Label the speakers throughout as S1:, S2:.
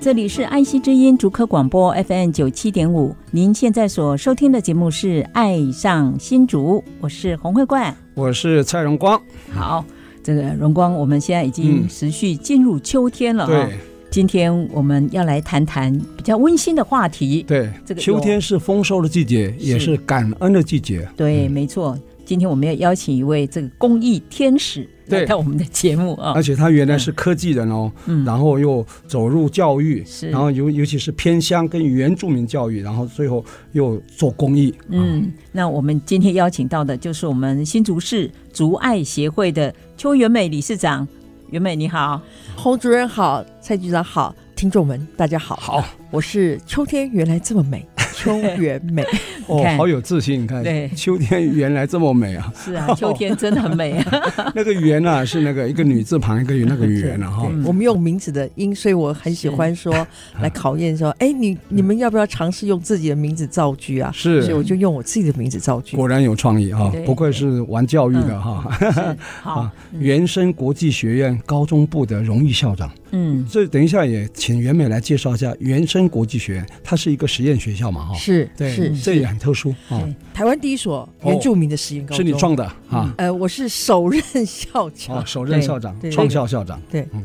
S1: 这里是爱惜之音竹科广播 FM 九七点五，您现在所收听的节目是《爱上新竹》，我是洪慧冠。
S2: 我是蔡荣光。
S1: 好，这个荣光，我们现在已经
S2: 嗯
S1: 持续进入秋天了、哈。
S2: 对
S1: 今天我们要来谈谈比较温馨的话题。
S2: 对，
S1: 这个有
S2: 秋天是丰收的季节，也是感恩的季节。
S1: 对，没错。今天我们要邀请一位这个公益天使来
S2: 对
S1: 到我们的节目啊、
S2: 而且他原来是科技人哦，
S1: 嗯，
S2: 然后又走入教育，
S1: 是
S2: 然后尤尤其是偏乡跟原住民教育，然后最后又做公益。啊，
S1: 嗯，那我们今天邀请到的就是我们新竹市竹爱协会的邱元美理事长。元美你好，
S3: 洪主任好，蔡局长好，听众们大家好，
S2: 好
S3: 我是秋天原来这么 美，秋原美，
S2: 哦
S1: 你看，
S2: 好有自信，你看
S1: 对，！
S2: 秋天原来这么美啊
S1: 是啊，秋天真的很美啊。
S2: 那个圆啊，是那个一个女字旁一个圆， 那个圆啊哈嗯
S3: 对。我们用名字的音，所以我很喜欢说来考验说，哎，你你们要不要尝试用自己的名字造句啊？所以
S2: 是，
S3: 我就用我自己的名字造句。
S2: 果然有创意啊
S1: 对！嗯
S2: 不愧是玩教育的哈。
S1: 是好
S2: 啊，原生国际学院高中部的荣誉校长。
S1: 嗯，
S2: 这等一下也请袁美来介绍一下原生国际学院，它是一个实验学校嘛，哈、
S3: 是
S2: 对，嗯
S3: 是
S2: 这也很特殊啊、
S1: 对
S3: 台湾第一所原住民的实验高 中，
S2: 是你创的啊，
S3: 呃，我是首任校长，
S2: 哦，首任校长
S3: 对，对哦
S2: 创校校长，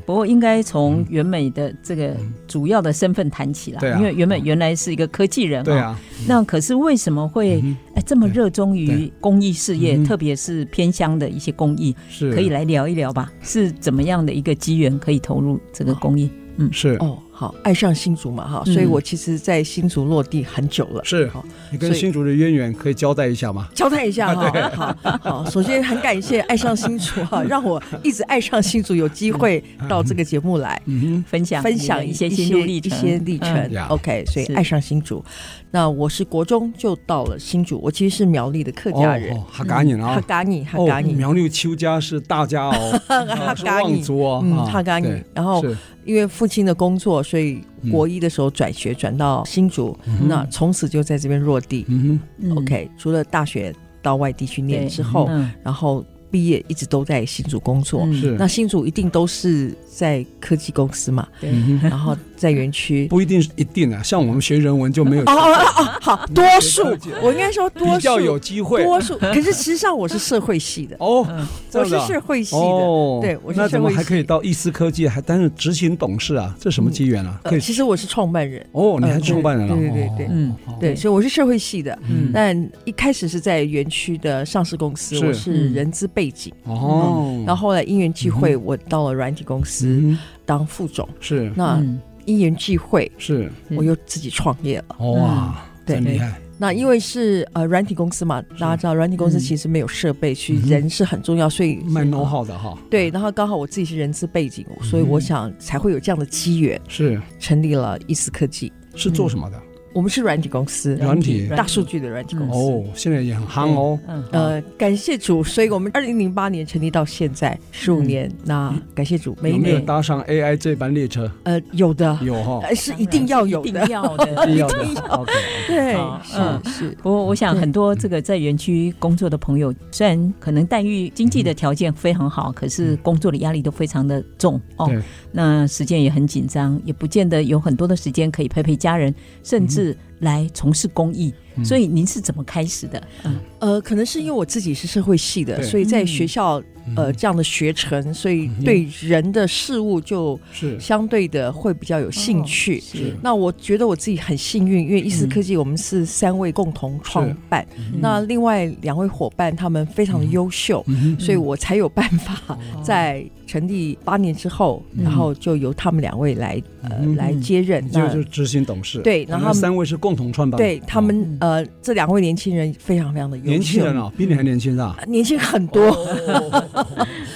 S1: 不过应该从袁美的这个
S3: 嗯
S1: 主要的身份谈起啦，
S2: 对啊
S1: 因为袁美原来是一个科技人、
S2: 对，啊，
S3: 嗯
S1: 那可是为什么会
S2: 嗯
S1: 哎这么热衷于
S2: 对
S1: 公益事业，
S2: 嗯
S1: 特别是偏乡的一些公益？
S2: 是
S1: 可以，来聊一聊吧，是怎么样的一个机缘可以投入这个公益？
S2: 是
S3: 哦，好，爱上新竹嘛哈，
S1: 嗯
S3: 所以我其实，在新竹落地很久了。
S2: 是
S3: 好，
S2: 你跟
S3: 所以
S2: 新竹的渊源可以交代一下吗？
S3: 交代一下哈，好好，首先很感谢爱上新竹 哈，让我一直爱上新竹，有机会到这个节目来
S2: 嗯
S1: 分享
S3: 分
S1: 你
S3: 享
S1: 的一些心
S3: 心
S1: 路历程，
S3: 一些历程
S1: 嗯。
S2: 呀
S3: OK，所以
S1: 是
S3: 爱上新竹，那我是国中就到了新竹，我其实是苗栗的客
S2: 哼，
S3: 家人
S2: 哦，，哈嘎你
S3: 哈
S2: 啊，
S3: 嘎尼，哈
S2: 哦
S3: 嘎，尼，
S2: 苗栗邱家是大家 哦，啊是
S3: 嘎
S2: 望
S3: 尼，
S2: 族哦，
S3: 嗯，
S2: 啊
S3: 哈嘎哦尼
S2: 对。
S3: 然后
S2: 是
S3: 因为父亲的工作，所以
S2: 嗯
S3: 国一的时候转学转到新竹，那从此就在这边落地。
S2: 嗯
S1: 嗯
S3: OK，除了大学到外地去念
S1: 对
S3: 之后，
S1: 嗯
S3: 然后毕业一直都在新竹工作。
S1: 嗯
S2: 哼，是
S3: 那新竹一定都是在科技公司嘛，
S1: 对
S2: 嗯哼
S3: 然后在园 区。
S2: 不一定是一定啊，像我们学人文就没有
S3: 哦哦哦哦， 好，多数
S2: 了解
S3: 我应该说多
S2: 比较有
S3: 数，
S2: 机会
S3: 多数。可是实际上我是社会系的，
S2: 哦，这
S3: 嗯我
S2: 样
S3: 是
S2: 的啊
S3: 社会系的。
S2: 哦，
S3: 对我是
S2: 那怎
S3: 社
S2: 么
S3: 会
S2: 还
S3: 系
S2: 可以到易思科技还担任执行董事啊？这什么机缘啊？可
S3: 呃
S2: 以
S3: 其实我是创办人，
S2: 哦，你还
S3: 呃
S2: 创办人了？
S3: 对对
S2: 哦
S3: 对对
S1: 嗯
S2: 哦
S3: 对，所以我是社会系的。
S1: 嗯
S3: 但一开始是在园区的上市公司，
S2: 是
S3: 我是
S1: 嗯
S3: 人资背景。
S2: 哦，
S3: 嗯然
S2: 后
S3: 后后来因缘际
S2: 嗯
S3: 会，我到了软体公司当副总。
S2: 是
S3: 那
S1: 嗯
S3: 因缘际会，
S2: 是
S1: 嗯
S3: 我又自己创业了。
S2: 哇，
S3: 嗯对
S2: 真厉害，
S3: 那因为是呃软体公司嘛，大家知道软体公司
S1: 嗯
S3: 其实没有设备，所以
S2: 嗯哼
S3: 人是很重要，所以哦
S2: 卖 know how 的哈，
S3: 对，然后刚好我自己是人资背
S2: 嗯
S3: 景，所以我想才会有这样的机缘，
S2: 是
S3: 成立了易思科技。
S2: 是做什么的？
S3: 我们是嗯软体公司，
S2: 软体
S3: 大数据的软体公司。
S2: 哦，现在也很夯哦，
S1: 嗯
S3: 呃，感谢主，所以我们二零零八年成立到现在十五年，那感谢主，每一
S2: 有嗯没有
S3: 年
S2: 搭上 AI 这班列 车？
S3: 呃有的，
S2: 有哈，
S3: 呃是一定要有
S1: 一
S3: 的
S1: 定，要
S3: 呃
S1: 的。
S2: 必要啊的。OK，
S3: 对
S1: 好，嗯
S3: 是是，
S1: 不过，我想很多这个在园区工作的朋友，虽然可能待遇、经济的条件非常好，可是工作的压力都非常的重哦
S2: 对。
S1: 那时间也很紧张，也不见得有很多的时间可以陪陪家人，甚至来从事公益。
S2: 嗯
S1: 所以，您是怎么开始的？嗯
S3: 呃，可能是因为我自己是社会系的，
S2: 对
S3: 所以在
S1: 嗯
S3: 学校呃这样的学
S2: 嗯
S3: 程，所以对人的事物就
S2: 是
S3: 相对的会比较有
S1: 嗯
S3: 兴趣。
S2: 是
S3: 那我觉得我自己很幸运，因为易思科技我们是三位共同创办，
S1: 嗯
S3: 那另外两位伙伴他们非常的优秀，
S2: 嗯哼
S3: 哦所以我才有办法在成立八年之后，
S1: 嗯
S3: 然后就由他们两位来呃
S2: 嗯
S3: 来接任。
S2: 你就
S3: 那
S2: 是执行董事，
S3: 对然后
S2: 我们三位是共同创办，
S3: 对他们
S1: 嗯
S3: 呃这两位年轻人非常非常的优秀，
S2: 年轻人 啊，比哦你还年轻是吧？
S3: 啊年轻很多。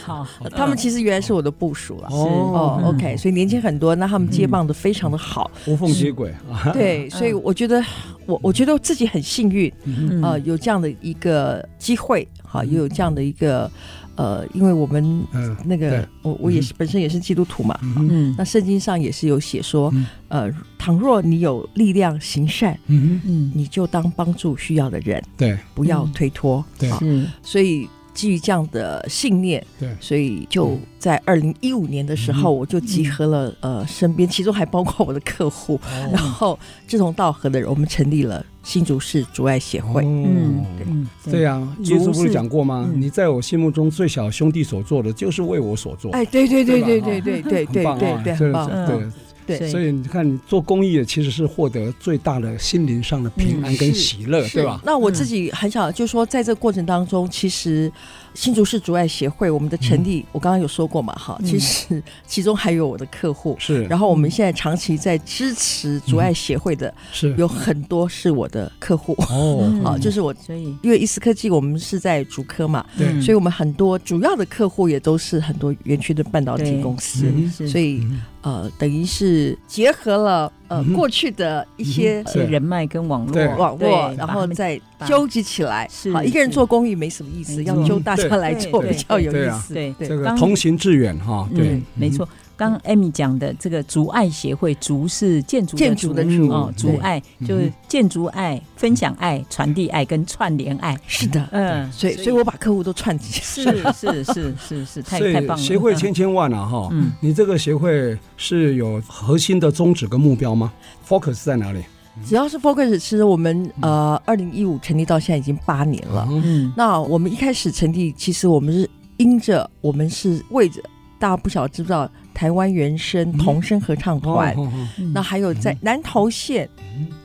S1: 好，
S3: 他们其实原来是我的部属 啊。哦
S2: 哦，
S3: ，OK，所以年轻很多，那他们接棒的非常的好，
S2: 无缝接轨啊，
S3: 对，所以我觉得我我觉得自己很幸运，
S1: 嗯
S3: 呃，有这样的一个机会，哈，也有这样的一个，呃，因为我们
S2: 嗯
S3: 那个
S2: 对
S3: 我我也是本身也是基督徒嘛，
S2: 嗯
S1: 嗯
S3: 那圣经上也是有写说
S2: 嗯，
S3: 呃，倘若你有力量行善，
S2: 嗯，
S1: 嗯
S3: 你就当帮助需要的人，
S2: 对，
S3: 不要
S1: 嗯
S3: 推脱，
S2: 对
S3: 啊
S1: 是
S3: 所以基于这样的信念，
S2: 对嗯
S3: 所以就在二零一五年的时候，我就集合了呃身边，其中还包括我的客户，
S2: 嗯
S3: 然后志同道合的人，我们成立了新竹市竹爱协会。
S1: 嗯嗯
S2: 对啊
S1: 呀，
S2: 呀、
S1: 主
S2: 哦耶稣不
S1: 是
S2: 是讲过吗？
S1: 嗯
S2: 你在我心目中最小兄弟所做的，就是为我所做。
S3: 哎，对对对
S2: 对
S3: 对
S2: 吧
S3: 对对对
S2: 很
S3: 对
S2: 棒
S3: 对
S2: 啊，
S3: 对，
S2: 这
S3: 很棒。
S2: 这
S1: 嗯
S3: 对
S2: 对，所以你看，你做公益的其实是获得最大的心灵上的平安跟喜乐，对吧？嗯
S3: 那我自己很想就说，在这过程当中，其实新竹市竹爱协会我们的成
S2: 嗯
S3: 立，我刚刚有说过嘛，哈，
S1: 嗯
S3: 其实其中还有我的客户，
S2: 是嗯
S3: 然后我们现在长期在支持竹爱协会的
S2: 是
S3: 有很多是我的客户，
S2: 哦
S1: 嗯
S3: 啊，就是我
S1: 所以
S3: 因为一思科技我们是在竹科嘛，
S2: 对
S1: 嗯
S3: 所以我们很多主要的客户也都是很多园区的半导体公司。
S2: 嗯
S1: 是
S3: 所以，
S2: 嗯
S3: 呃，等于是结合了呃
S2: 嗯哼
S3: 过去的一些
S2: 嗯
S1: 是人脉跟网络
S2: 对
S3: 网
S1: 对
S3: 络，
S1: 把
S3: 然
S1: 他
S3: 后
S1: 们
S3: 再
S1: 把
S3: 纠集起来。
S1: 是
S3: 好，一个人
S1: 是
S3: 做公益没什么意思，
S1: 没
S3: 要
S1: 错
S3: 揪大家
S2: 对
S3: 来做
S1: 对
S3: 比较有
S2: 对
S3: 意
S2: 啊
S3: 思。
S1: 对
S3: 对
S2: 这个
S1: 刚
S2: 同行致远哈，对
S1: 嗯，，没错。刚 Amy 讲的这个竹爱协会，竹是建筑
S3: 建筑的
S1: 竹
S2: 竹
S1: 哦，
S2: 对
S1: 竹爱就是
S2: 嗯
S1: 建筑爱、分享爱、传递爱跟串联爱。
S3: 是的，
S1: 嗯，
S3: 所以所以我把客户都串起
S1: 是
S3: 来。
S1: 是是是是太
S2: 所
S1: 太棒
S2: 以
S1: 了。
S2: 协会千千万啊哈，
S1: 嗯
S2: 你这个协会是有核心的宗旨跟目标吗？focus 在哪里？
S3: 只要是 focus，其实我们呃，二零一五成立到现在已经八年了。
S2: 嗯
S1: 嗯
S3: 那我们一开始成立，其实我们是因着我们是为着大家不晓得知不知道台湾原声童声合唱团，
S2: 哦哦
S1: 嗯
S3: 那还有在南投县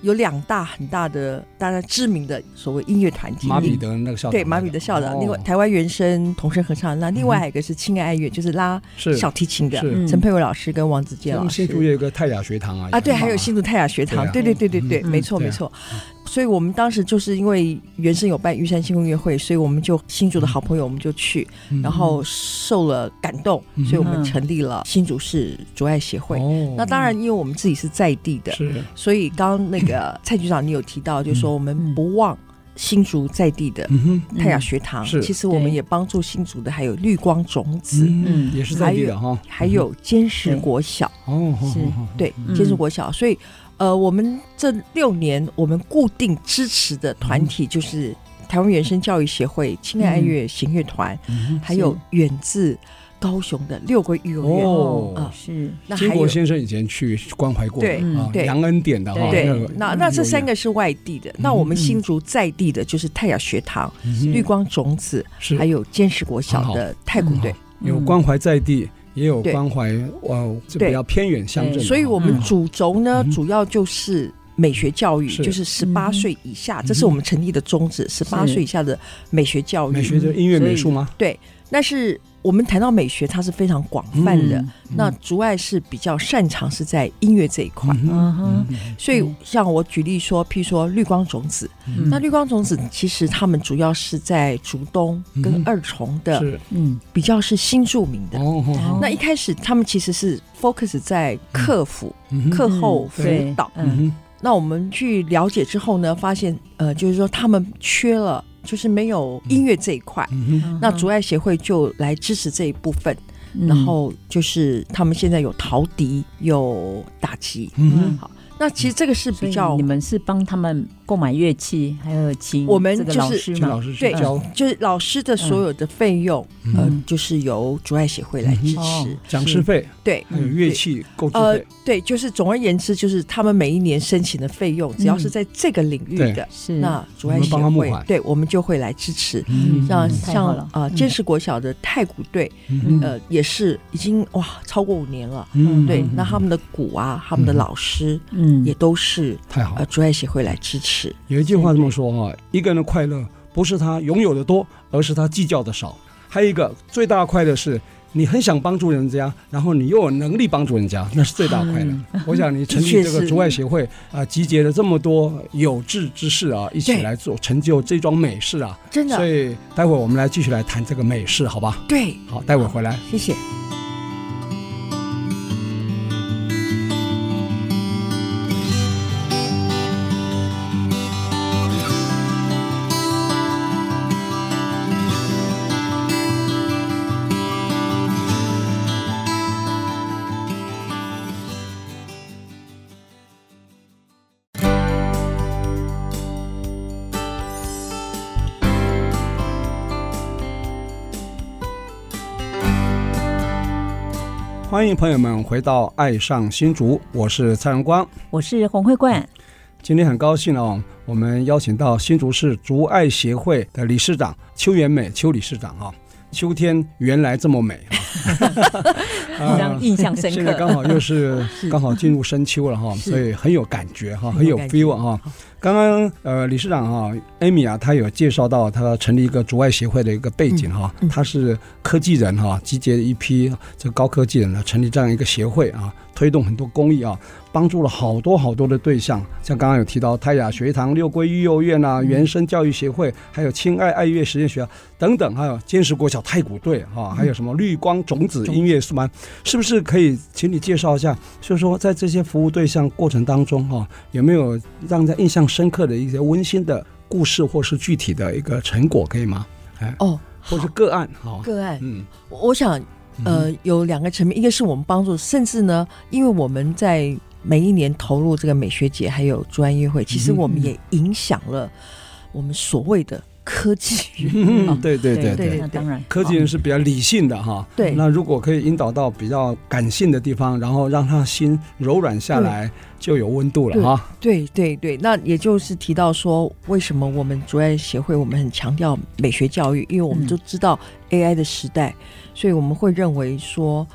S3: 有两大很大的大家知名的所谓音乐团体，
S2: 马彼
S3: 一
S2: 得那个校
S3: 对马彼得校长，另外
S2: 哦
S3: 台湾原声童声合唱，那另外还有一个是亲爱爱乐，就是拉
S2: 是
S3: 小提琴的
S2: 是
S1: 嗯
S3: 陈佩伟老师跟王子健
S2: 他
S3: 老
S2: 们新
S3: 师
S2: 竹。也有个泰雅学堂啊
S3: 嗯啊，对，还有
S2: 新。
S3: 新竹泰雅学堂，对
S2: 对
S3: 对
S2: 啊
S3: 对对对，
S1: 嗯
S3: 没错
S2: 对
S3: 没
S2: 啊
S3: 错。所以我们当时就是因为原生有办玉山星空音乐会，所以我们就新竹的好朋友我们就去，
S2: 嗯
S3: 然后受了感动，
S2: 嗯
S3: 所以我们成立了新竹市竹爱协会。
S2: 哦
S3: 那当然，因为我们自己是在地的，
S2: 是
S3: 所以刚刚 那个蔡局长你有提到，就是说我们不忘新竹在地的
S2: 嗯
S1: 嗯
S3: 泰雅学堂，
S2: 是
S3: 其实我们
S1: 对
S3: 也帮助新竹的还有绿光种
S2: 哼
S3: 子，
S2: 嗯，也是在地的哈，
S3: 还有坚实
S1: 对
S3: 国小。
S2: 哦，哦
S1: 是
S2: 哦
S3: 对
S1: 嗯，
S3: 接触国小，所以呃，我们这六年我们固定支持的
S2: 嗯
S3: 团体就是台湾原生教育协会、亲爱爱乐弦乐团，
S2: 嗯
S3: 还有远自高雄的六个育幼院，
S2: 哦
S3: 啊
S1: 是
S3: 那
S2: 金
S3: 还
S2: 国
S3: 有。
S2: 先生以前去关怀过，
S3: 对
S2: 啊
S1: 嗯，
S3: 对
S2: 杨恩典的哈，
S3: 对
S2: 个，
S3: 那那这三
S2: 有
S3: 个是外地的，那我们新竹在地的就是泰雅学堂、
S2: 嗯哼
S3: 绿光种子，
S2: 是
S3: 还有坚实国小
S2: 很好
S3: 的太鼓队，
S2: 有
S1: 嗯
S2: 关怀在地，也有
S3: 对
S2: 关怀呃，这
S3: 对
S2: 比较偏远乡镇
S1: 嗯
S2: 的，
S3: 所以我们
S2: 嗯
S3: 主轴呢，
S2: 嗯
S3: 主要就是美学教育，
S2: 是
S3: 就是十八
S1: 嗯
S3: 岁以下，
S2: 哼
S3: 这是我们成立的宗旨。十八
S1: 是
S3: 岁以下的美学教
S2: 美学
S3: 育，
S2: 就音乐美术吗？
S3: 但是我们谈到美学，它是非常广泛的。
S1: 嗯
S3: 那竹爱是比较擅长是在音乐这一块，
S2: 嗯
S1: 嗯哼
S2: 哼嗯
S3: 所以像我举例说，譬如说绿光种子，
S2: 嗯
S3: 那绿光种子其实他们主要是在竹东跟
S2: 嗯
S3: 二重的，
S2: 是
S1: 嗯
S3: 比较是新著名的。
S2: 哦哦
S3: 那一开始他们其实是 focus 在客服、
S2: 嗯哼
S3: 课后辅
S1: 对
S3: 导，
S1: 嗯
S2: 嗯
S3: 那我们去了解之后呢，发现呃，就是说他们缺了，就是没有音乐这一块。
S2: 哼嗯哼
S3: 那竹爱协会就来支持这一部分，
S1: 嗯
S3: 然后就是他们现在有陶笛，有打击。
S2: 嗯哼
S3: 好，那其实这个是
S1: 嗯所
S3: 比
S1: 以
S3: 较
S1: 你们是帮他们购买乐器，还有请
S3: 我们
S1: 这个
S3: 就是
S1: 老师
S2: 请
S1: 嘛
S2: 老，师去
S3: 对
S2: 教，
S3: 就是老师的所有的费用，
S2: 嗯
S3: 呃，就是由竹爱协会来支持。
S1: 哦
S2: 讲师费，
S3: 对，
S2: 还有乐器购置
S3: 呃
S2: 费，，
S3: 对，就是总而言之，就是他们每一年申请的费用，只要是在这个领域
S2: 嗯对嗯
S3: 的，
S1: 是
S3: 那竹爱
S2: 我们
S3: 协
S2: 帮他募
S3: 会
S2: 款
S3: 对我们就会来支持。
S1: 嗯
S3: 像
S1: 太好
S3: 像
S1: 了
S3: 啊，
S1: 嗯
S3: 建识国小的太鼓队，
S2: 嗯
S3: 呃，也是已经哇超过五年了。
S2: 嗯
S3: 对
S2: 嗯，
S3: 那他们的鼓啊，他们的老师
S1: 嗯
S3: 也都是
S2: 太好了
S3: 呃。竹爱协会来支持。
S2: 有一句话这么说哈、一个人的快乐不是他拥有的多，而是他计较的少。还有一个最大的快乐是你很想帮助人家，然后你又有能力帮助人家，那是最大快乐。我想 你成立这
S3: 嗯的确
S2: 个
S3: 是
S2: 竹外协会啊、集结了这么多有志之士啊，一起
S3: 对
S2: 来做成就这桩美事啊。
S3: 真
S2: 所
S3: 的
S2: 以待会儿我们来继续来谈这个美事，好吧？
S3: 对，
S2: 好，待会儿回来。
S3: 谢谢。
S2: 欢迎朋友们回到《爱上新竹》，我是蔡荣光。
S1: 我是洪慧冠，
S2: 今天很高兴哦，我们邀请到新竹市竹爱协会的理事长邱元美邱理事长啊、秋天原来这么美 啊！
S1: 非常印象深
S2: 现在刚
S1: 刻。
S2: 好又是刚好进入深秋了哈，
S3: 是
S2: 所以很有感觉哈，
S3: 很
S2: 很
S3: 有
S2: 有
S3: 感觉
S2: feel 啊哈。刚刚呃，理事长哈，艾米啊，她有介绍到她成立一个竹外协会的一个背景哈
S3: 嗯嗯，
S2: 她是科技人哈，集结一批这高科技人呢，成立这样一个协会啊，推动很多公益啊，帮助了好多好多的对象，像刚刚有提到泰雅学堂、六龟育幼院啊、
S3: 嗯
S2: 原生教育协会，还有亲爱爱乐实验学校等等，还有坚实国小太鼓队哈，
S3: 嗯
S2: 还有什么绿光种子音乐班，是不是可以请你介绍一下？就是说，在这些服务对象过程当中，哈、有没有让人家印象深刻的一些温馨的故事，或是具体的一个成果，可以吗？
S3: 哦，
S2: 或是个案，哈、
S3: 个案，
S2: 嗯，
S3: 我我想呃，有两个层面，一个是我们帮助，甚至呢，因为我们在每一年投入这个美学节还有珠安乐会，其实
S2: 嗯哼
S3: 我们也影响了我们所谓的 科技。啊
S2: 嗯，
S1: 嗯
S2: 对对对
S3: 对对
S2: 对。
S1: 那当然，
S2: 科技人是比较理性的哈，
S3: 对
S2: 那如果可以引导到比较感性的地方，然后让他心柔软下
S3: 嗯
S2: 来，就有温度了哈。
S3: 对对对，那也就是提到说，为什么我们竹爱协会我们很强调美学教育，因为我
S1: 嗯
S3: 们都知道 AI 的时代，所以我们会认为说，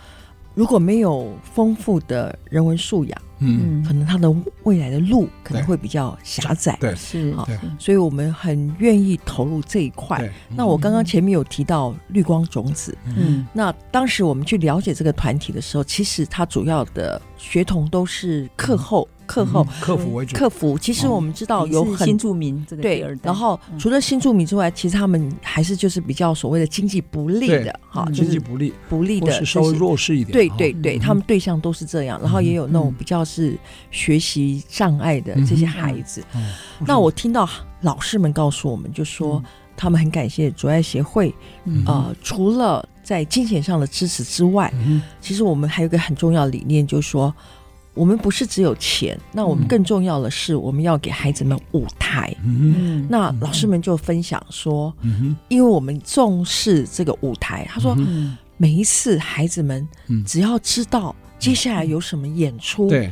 S3: 如果没有丰富的人文素养，
S2: 嗯，
S3: 可能他的未来的路可能
S2: 对
S3: 会比较狭窄。
S2: 对
S1: 是
S3: 好
S2: 对
S3: 所以我们很愿意投入这一块。
S2: 对。
S3: 那我刚刚前面有提到绿光种子，
S1: 嗯
S3: 那当时我们去了解这个团体的时候，其实它主要的学童都是课后、课后、
S2: 客服为主，
S3: 客服。其实我们知道哦有
S1: 哦是
S3: 很
S1: 新住民这个第二
S3: 对
S1: 代，，
S3: 然后
S1: 嗯
S3: 除了新住民之外，其实他们还是就是比较所谓的经济不利的
S2: 对
S3: 哈，
S1: 嗯
S3: 就
S2: 经济
S3: 是
S2: 不利，
S3: 不利
S2: 或
S3: 的
S2: 是稍微
S3: 这些
S2: 弱势一点。哦
S3: 对
S2: 哈
S3: 对对，
S1: 嗯
S3: 他们对象都是这样，然后也有那种比较是学习障碍的这些孩子。
S2: 嗯
S3: 那我听到老师们告诉我们，就说他们很感谢卓爱协会，
S1: 嗯
S3: 呃，除了在金钱上的支持之外，
S2: 嗯
S3: 其实我们还有一个很重要的理念，就是说我们不是只有钱，那我们
S2: 嗯
S3: 更重要的是我们要给孩子们舞台。
S2: 嗯
S1: 嗯
S3: 那老师们就分享说，
S2: 嗯
S3: 因为我们重视这个舞台，他说
S2: 嗯
S1: 嗯
S3: 每一次孩子们
S2: 嗯
S3: 只要知道接下来有什么演出，
S2: 哼，对，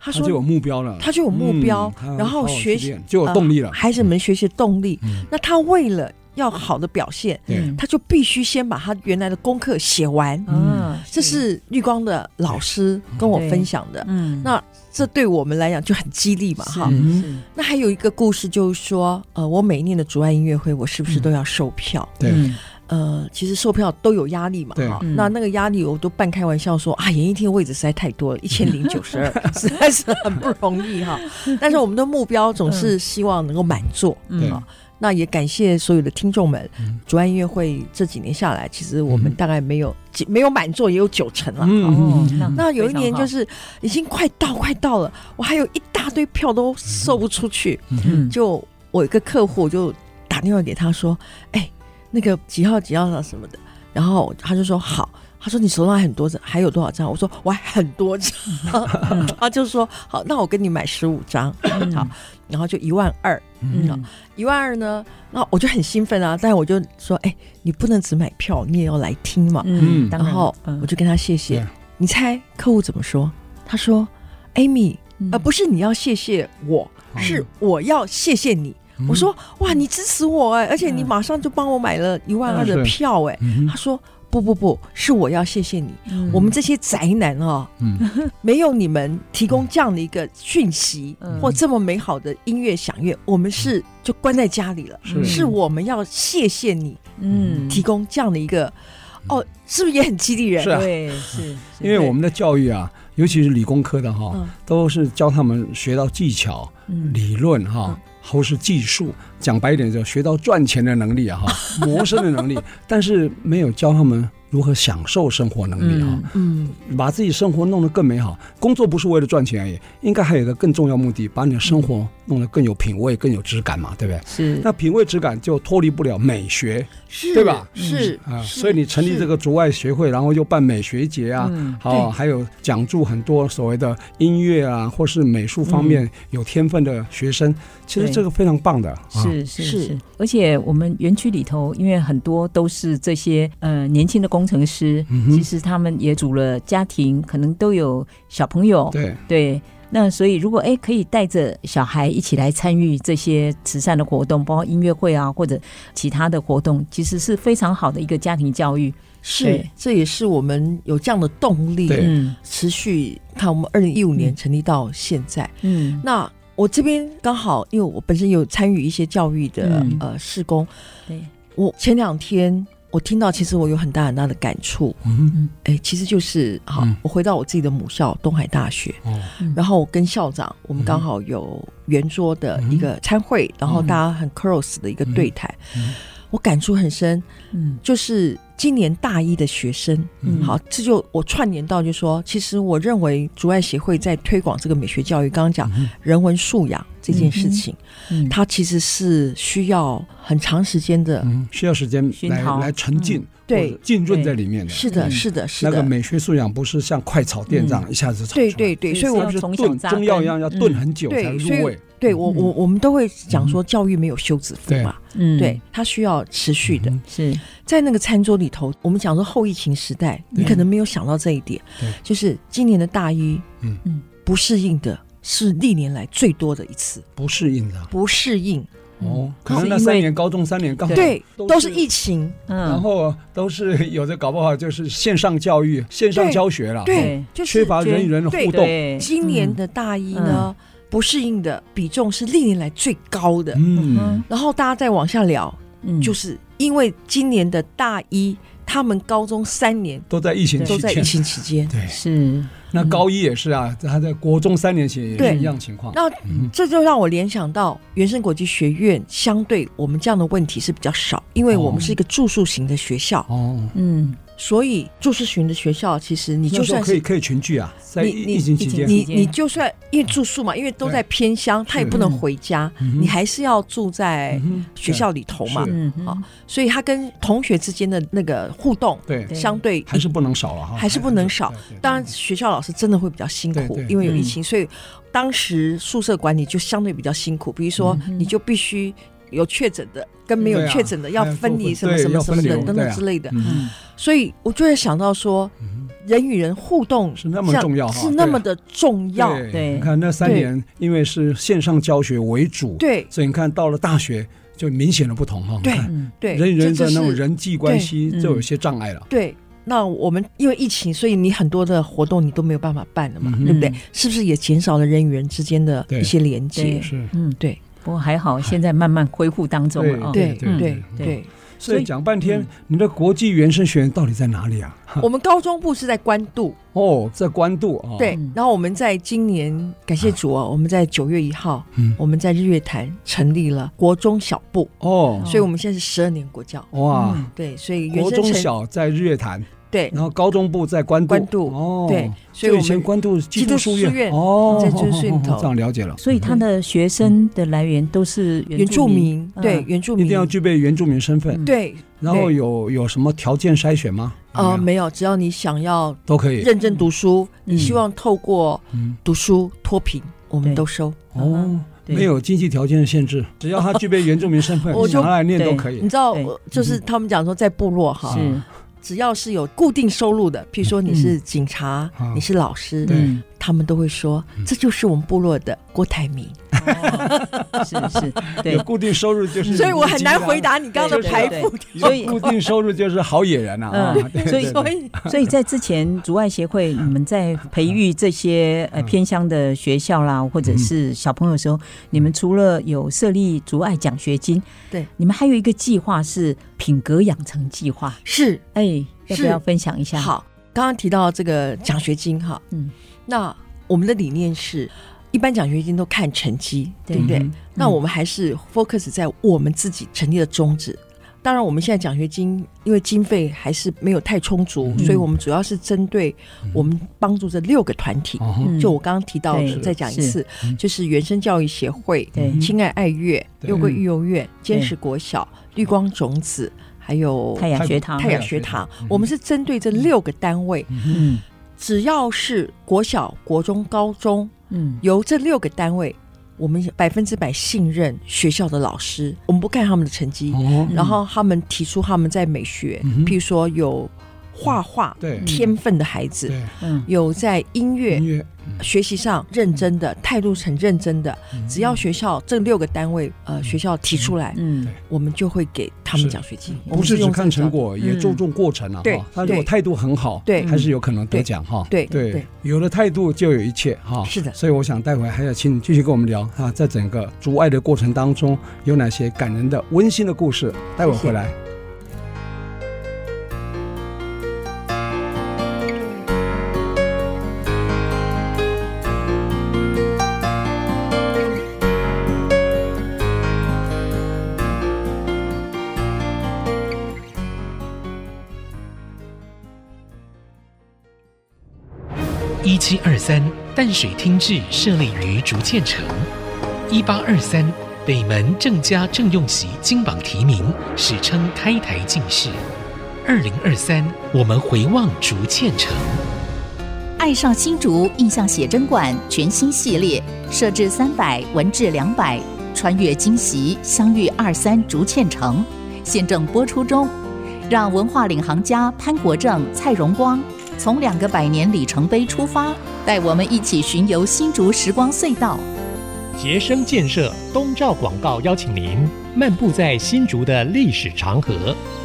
S3: 他
S2: 他就有
S3: 说
S2: 目标了，
S3: 他就有目标
S2: 嗯，他
S3: 然
S2: 好
S3: 后
S2: 好
S3: 学
S2: 去
S3: 习呃
S2: 练就有动力了。
S3: 孩子们学习动力
S2: 嗯。
S3: 那他为了要好的表现，
S2: 对，
S3: 他就必须先把他原来的功课写完。
S2: 嗯
S1: 啊，
S3: 嗯这是绿光的老师跟我分享的，
S1: 嗯
S3: 那这对我们来讲就很激励嘛，哈。
S2: 嗯
S1: 是
S3: 那还有一个故事就是说，呃，我每年的竹案音乐会，我是不是都要售票？
S2: 对，
S1: 嗯
S3: 呃，其实售票都有压力嘛，
S2: 对
S3: 哈、
S1: 嗯
S3: 那那个压力我都半开玩笑说啊，演艺厅位置实在太多了，一千零九十二， 实在是很不容易哈。但是我们的目标总是希望能够满座。
S2: 对
S1: 嗯
S3: 那也感谢所有的听众们
S2: 嗯，
S3: 主办音乐会这几年下来，其实我们
S2: 嗯
S3: 大概没有、几没有满座，也有九成啊了。
S2: 嗯
S3: 哈
S1: 哦，
S3: 那有一
S1: 非常
S3: 年
S1: 好
S3: 就是已经快到快到了，我还有一大堆票都售不出去，
S1: 嗯
S3: 就我有一个客户就打电话给他说：“哎，那个几号几号啊什么的。”然后他就说：“好。”他说：“你手上还很多张，还有多少张？”我说：“我还很 多张。
S1: 嗯”
S3: 他就说：“好，那我跟你买十五张。
S1: 嗯
S3: 好然后就一万二，
S1: 嗯
S3: 一万二呢，那我就很兴奋啊！但是我就说：“哎，你不能只买票，你也要来听嘛。
S1: 嗯，
S2: 嗯
S1: 当
S3: 然后
S1: 嗯
S3: 我就跟他谢谢
S2: 对。
S3: 你猜客户怎么说？他说：“Amy，呃，
S1: 嗯
S3: 不是你要谢谢我，是我要谢谢你。”我说：“哇，你支持我哎、而且你
S1: 嗯
S3: 马上就帮我买了一万二
S2: 嗯
S3: 的
S2: 是
S3: 票哎、
S2: 嗯
S3: 他说：“不不不，是我要谢谢你，
S1: 嗯
S3: 我们这些宅男哦，
S2: 嗯
S3: 没有你们提供这样的一个讯息、
S1: 嗯
S3: 或这么美好的音乐响乐，我们是就关在家里了。
S2: 是
S3: 是我们要谢谢你
S1: 嗯
S3: 提供这样的一个哦，是不是也很激励
S2: 嗯
S3: 人？
S2: 是啊
S1: 对，是，
S2: 因为我们的教育啊，尤其是理工科的哈
S3: 嗯，
S2: 都是教他们学到技巧、
S1: 嗯
S2: 理论哈，或是技术。讲白一点，就学到赚钱的能力啊，哈，谋生的能力，但是没有教他们如何享受生活能力啊，
S3: 嗯，
S2: 把自己生活弄得更美好。工作不是为了赚钱而已，应该还有一个更重要目的，把你的生活弄得更有品味、更有质感嘛，对不对？
S1: 是，
S2: 那品味质感就脱离不了美学
S3: 是，
S2: 对吧
S3: 是
S2: 啊，
S3: 是
S2: 所以你成立
S3: 是
S2: 这个竹外学会，然后又办美学节啊，
S1: 嗯，
S2: 好、还有讲助很多所谓的音乐啊，或是美术方面有天分的学生，其实
S1: 对
S2: 这个非常棒的。啊、
S1: 是是
S3: 是
S1: 是，而且我们园区里头，因为很多都是这些呃年轻的工程师，
S2: 嗯
S1: 其
S2: 哼，
S1: 实他们也组了家庭，可能都有小朋友，
S2: 对，
S1: 对，那所以如果哎可以带着小孩一起来参与这些慈善的活动，包括音乐会啊或者其他的活动，其实是非常好的一个家庭教育。
S3: 是
S1: 对，
S3: 这也是我们有这样的动力，
S2: 对
S1: 嗯
S3: 持续看我们二零一五年
S1: 嗯
S3: 成立到现在。
S1: 嗯，
S3: 那我这边刚好，因为我本身有参与一些教育的、
S1: 嗯
S3: 呃施工，
S1: 对，
S3: 我前两天我听到，其实我有很大很大的感触。
S2: 嗯
S3: 哎，其实就是好，
S2: 嗯
S3: 我回到我自己的母校东海大学，
S2: 哼，哦，
S3: 然后我跟校长，我
S2: 嗯
S3: 们刚好有圆桌的一个参会，然后大家很 close 的一个对谈，
S2: 嗯嗯
S3: 我感触很深，
S1: 嗯
S3: 就是今年大一的学生，
S1: 嗯
S3: 好，这就我串联到就说，其实我认为竹外协会在推广这个美学教育，刚刚讲
S2: 嗯
S3: 人文素养这件事情，
S1: 嗯，
S3: 它其实是需要很长时间的，
S2: 嗯，需要时间
S1: 熏
S2: 来
S1: 陶
S2: 来沉浸，
S3: 对
S2: 或者浸润在里面的。
S3: 是的，
S1: 嗯
S3: 是的，是
S2: 那个
S3: 的，
S2: 美学素养不是像快炒店这样一下子炒出来
S3: 对对对，
S1: 是
S3: 所以
S1: 是嗯
S3: 我
S1: 要
S2: 是
S1: 从小
S2: 炖
S1: 扎
S2: 中药一样要
S1: 根
S2: 炖
S1: 嗯
S2: 很久
S3: 对
S2: 才
S3: 所以
S2: 入味。嗯
S3: 对我我我们都会讲说，教育没有休止符
S2: 对
S3: 嘛，
S1: 嗯
S3: 对，它需要持续的。
S2: 嗯
S1: 是
S3: 在那个餐桌里头，我们讲说后疫情时代，
S2: 对
S3: 你可能没有想到这一点
S2: 对，
S3: 就是今年的大一，
S2: 嗯
S1: 嗯
S3: 不适应的是历年来最多的一次，
S2: 不适应的
S3: 不适应，
S2: 哦，可
S1: 嗯是
S2: 能那
S1: 因
S2: 三
S1: 为
S2: 年高中三年刚好
S3: 对，都是
S2: 是
S3: 疫情，
S2: 然
S1: 嗯，
S2: 后都是有的搞不好就是线上教育、线上
S3: 对
S2: 教学了，
S3: 对
S1: 对
S3: 就是
S2: 缺乏人与人的
S3: 对嗯
S2: 互动。
S1: 对，
S3: 今年的大一呢，不适应的比重是历年来最高的。
S2: 嗯
S1: 嗯，
S3: 然后大家再往下聊，
S1: 嗯
S3: 就是因为今年的大一，他们高中三年
S2: 都在疫情
S3: 都
S2: 期
S3: 在疫
S2: 间。
S3: 情嗯期间，
S2: 对，
S1: 是
S2: 那高一也是啊，他在国中三年级也
S3: 对
S2: 是一样情况。
S3: 那
S2: 嗯
S3: 这就让我联想到原生国际学院，相对我们这样的问题是比较少，因为我们是一个住宿型的学校，
S2: 哦，
S1: 嗯
S3: 所以住宿型的学校其实你
S2: 你
S3: 就算
S2: 可以
S3: 是
S2: 可以群聚啊，在
S3: 你
S2: 疫
S3: 你
S2: 疫情期间，
S3: 你
S1: 时间
S3: 你就算因为住宿嘛，因为都在偏乡，他也不能回家，
S2: 嗯
S3: 你还是要住在
S2: 嗯哼
S3: 学校里头嘛
S2: 是，
S1: 嗯
S3: 好
S1: 哼
S3: 所以他跟同学之间的那个互动
S2: 对
S1: 对
S3: 相对
S2: 还是不能少了哈，
S3: 还是不能少。
S2: 对对
S3: 当然，学校老师真的会比较辛苦
S2: 对对，
S3: 因为有疫情，所以当时宿舍管理就相对比较辛苦。比如说，
S1: 嗯
S3: 你就必须有确诊的跟没
S2: 对
S3: 有
S2: 啊
S3: 确诊的要分离什么
S2: 对
S3: 什么什
S2: 要分
S3: 么的
S2: 流
S3: 等
S2: 对
S3: 等
S2: 啊
S3: 之类的。
S2: 嗯，
S3: 所以我就在想到说，人与人互动
S2: 是那么
S3: 这样
S2: 重要哈
S3: 嗯是那么的重要。
S1: 对
S2: 你看那三
S3: 对
S2: 年，因为是线上教学为主，，
S3: 对
S2: 所以你看到了大学就明显的不同哈。你
S3: 对
S2: 看
S1: 嗯
S3: 对，
S2: 人与人
S3: 这
S2: 的
S3: 就是
S2: 那种人际关系
S1: 对嗯
S2: 就有些障碍了。
S3: 对。那我们因为疫情，所以你很多的活动你都没有办法办了嘛
S2: 嗯，哼
S3: 对不对
S1: 嗯？
S3: 是不是也减少了人与人之间的
S2: 对
S3: 一些连
S1: 对
S3: 接？
S2: 是，
S1: 嗯
S3: 对。
S1: 不过还好，现在慢慢恢复当中了啊。
S3: 对
S2: 对
S3: 对
S1: 对
S3: 对，
S2: 所
S1: 所
S2: 以
S1: 以
S2: 讲半天
S1: 嗯，
S2: 你的国际原声学院到底在哪里啊？
S3: 我们高中部是在关渡，
S2: 哦，在关渡啊。
S3: 对
S1: 嗯，
S3: 然后我们在今年感谢主啊，我们在九月一号，
S2: 嗯
S3: 我们在日月潭成立了国中小部，
S2: 哦，
S3: 所以我们现在是十二年国教。
S2: 哇，
S1: 嗯
S3: 对，所以原
S2: 国
S3: 生
S2: 中
S3: 成
S2: 小在日月潭，
S3: 对
S2: 然后高中部在关渡。
S3: 关渡
S2: 哦，
S3: 对，所
S2: 就
S3: 以我
S2: 以前
S3: 们
S2: 关渡基督书
S3: 基督书院
S2: 哦，
S3: 在基督书院
S2: 哦哦哦
S3: 头
S2: 这样了解了。
S1: 所以他的学生的来源都是
S3: 原住
S1: 民，
S3: 民
S1: 嗯
S3: 对原住
S2: 啊一
S3: 民
S2: 定要具备原住民身份
S1: 嗯，
S3: 对
S2: 然后有有什么条件筛选吗？
S3: 呃
S2: 没有，
S3: 没有，只要你想要
S2: 都可以。
S3: 认真读书，
S1: 嗯
S3: 你希望透过
S2: 嗯，
S3: 读书脱贫，我们
S1: 对
S3: 都收。
S2: 哦，
S1: 对
S2: 没有经济条件的限制，只要他具备原住民身份，
S3: 我就
S2: 拿来念都可
S3: 你
S2: 以。嗯
S3: 知道，
S1: 对
S3: 呃就是他们讲说在部落哈，
S1: 是
S3: 只要是有固定收入的，譬如说你是警察，
S2: 嗯
S3: 你是老师，
S2: 对
S1: 嗯
S3: 他们都会说
S2: 嗯
S3: 这就是我们部落的郭台铭，
S1: 哦是是，对
S2: 有，固定收入就是，
S3: 所以我很难回。答你刚刚的排布。
S1: 所以
S2: 固定收入就是好野人啊，啊
S1: 嗯
S2: 对
S1: 所以
S2: 对
S3: 所
S2: 对
S3: 以
S1: 所以在之前竹外协会，你们在培育这些呃
S2: 嗯
S1: 偏乡的学校啦，或者是小朋友的时候，你们除了有设立竹爱奖学金，
S3: 对，
S1: 你们还有一个计划是品格养成计划，
S3: 是
S1: 哎，要不要分享一下？
S3: 好，刚刚提到这个奖学金哈，
S1: 嗯，
S3: 那我们的理念是，一般奖学金都看成绩，对不对？
S2: 嗯
S3: 那我们还是 focus 在我们自己成立的宗旨。当然，我们现在奖学金因为经费还是没有太充足，
S2: 嗯
S3: 所以我们主要是针对我们帮助这六个团体。
S2: 哦吼
S1: 嗯
S3: 就我刚刚提到
S1: 对嗯
S3: 的，再讲一次，就是原生教育协会、
S1: 对嗯
S3: 亲爱爱乐、
S2: 对
S3: 六个育幼院、坚实国小、绿光种子，还有
S1: 太阳学堂，
S3: 太
S2: 阳
S3: 雅
S2: 学
S3: 学
S2: 堂嗯
S3: 堂，我们是针对这六个单位，
S1: 嗯
S3: 只要是国小、国中、高中，
S1: 嗯
S3: 由这六个单位，我们百分之百信任学校的老师，我们不看他们的成绩，
S2: 哦
S1: 嗯
S3: 然后他们提出他们在美学，
S2: 嗯哼
S3: 譬如说有画画
S2: 对
S3: 天分的孩子，
S2: 对
S1: 嗯
S3: 有在音乐
S2: 音乐
S3: 学习上认真的态度很认真的，
S2: 嗯
S3: 只要学校这六个单位呃学校提出来，
S1: 嗯
S3: 我们就会给他们
S2: 是
S3: 奖学金，我
S2: 不
S3: 们
S2: 是只
S3: 用
S2: 看
S3: 这个嗯
S2: 成果，也注重过程啊。
S3: 对
S2: 哈他如果
S3: 对
S2: 态度很好，
S3: 对
S2: 还是有可能得奖哈。
S3: 对对
S2: 对
S3: 对，
S2: 有了态度就有一切哈。
S3: 是的
S2: 所以我想待会还要请你继续跟我们聊啊，在整个阻碍的过程当中，有哪些感人的、温馨的故事？待会儿回来。
S4: 一七二三淡水厅制设立于竹堑城，一八二三北门郑家郑用席金榜题名，史称开台进士。二零二三，我们回望竹堑城。
S5: 爱上新竹印象写真馆全新系列，设置三百，文字两百，穿越惊喜，相遇二三竹堑城，现正播出中。让文化领航家潘国正、蔡荣光从两个百年里程碑出发，带我们一起巡游新竹时光隧道。
S6: 杰生建设东照广告邀请您漫步在新竹的历史长河，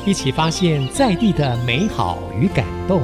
S6: 一起发现在地的美好与感动。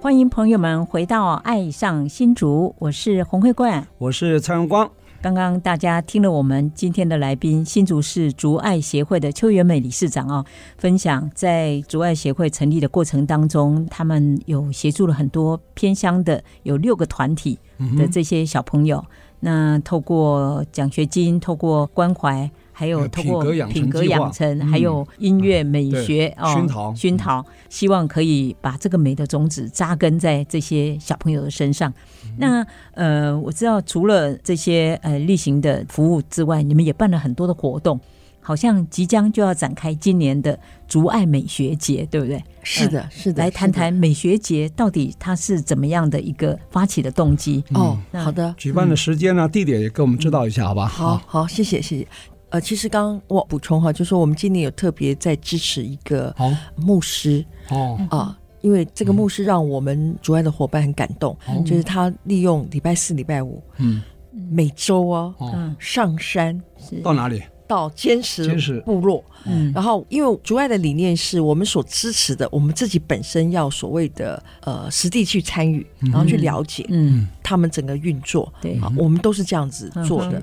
S1: 欢迎朋友们回到《爱上新竹》，我是洪慧冠。
S2: 我是蔡荣光，
S1: 刚刚大家听了我们今天的来宾新竹市竹爱协会的邱元美理事长啊、分享，在竹爱协会成立的过程当中，他们有协助了很多偏乡的有六个团体的这些小朋友。那透过奖学金，透过关怀，还
S2: 还
S1: 有
S2: 有
S1: 透过
S2: 品格养成
S1: 品格
S2: 计划
S1: 养成，
S2: 嗯
S1: 还有音乐美
S2: 对
S1: 学哦
S2: 熏陶
S1: 熏
S3: 嗯
S1: 陶，希望可以把这个美的种子扎根在这些小朋友的身上。
S3: 嗯
S1: 那呃，我知道除了这些呃例行的服务之外，你们也办了很多的活动，好像即将就要展开今年的竹爱美学节，对不对？
S3: 是
S2: 哎
S3: 的，是的，
S1: 来
S3: 是的
S1: 谈谈美学节到底它是怎么样的一个发起的动机？
S3: 哦，
S1: 嗯
S3: 好的，
S2: 举办的时间啊呢、地点也给我们知道一下，好吧？
S3: 嗯
S2: 啊
S3: 好好，谢谢谢谢。呃，其实刚刚我补充哈，就说我们今年有特别在支持一个
S2: 好，
S3: 牧师
S2: 哦，
S3: 啊、因为这个牧师让我们主爱的伙伴很感动，
S2: 哦
S3: 就是他利用礼拜四、礼拜五
S2: 嗯，
S3: 每周哦
S2: 哦，
S1: 嗯
S3: 上山
S1: 是
S2: 到哪里？
S3: 到坚
S2: 坚
S3: 实
S2: 实
S3: 部落，
S1: 嗯
S3: 然后因为主爱的理念是我们所支持的，我们自己本身要所谓的呃实地去参与，然后去了解
S1: 嗯，
S3: 他们整个运作，
S1: 对，
S3: 啊，我们都是这样子做的。
S1: 嗯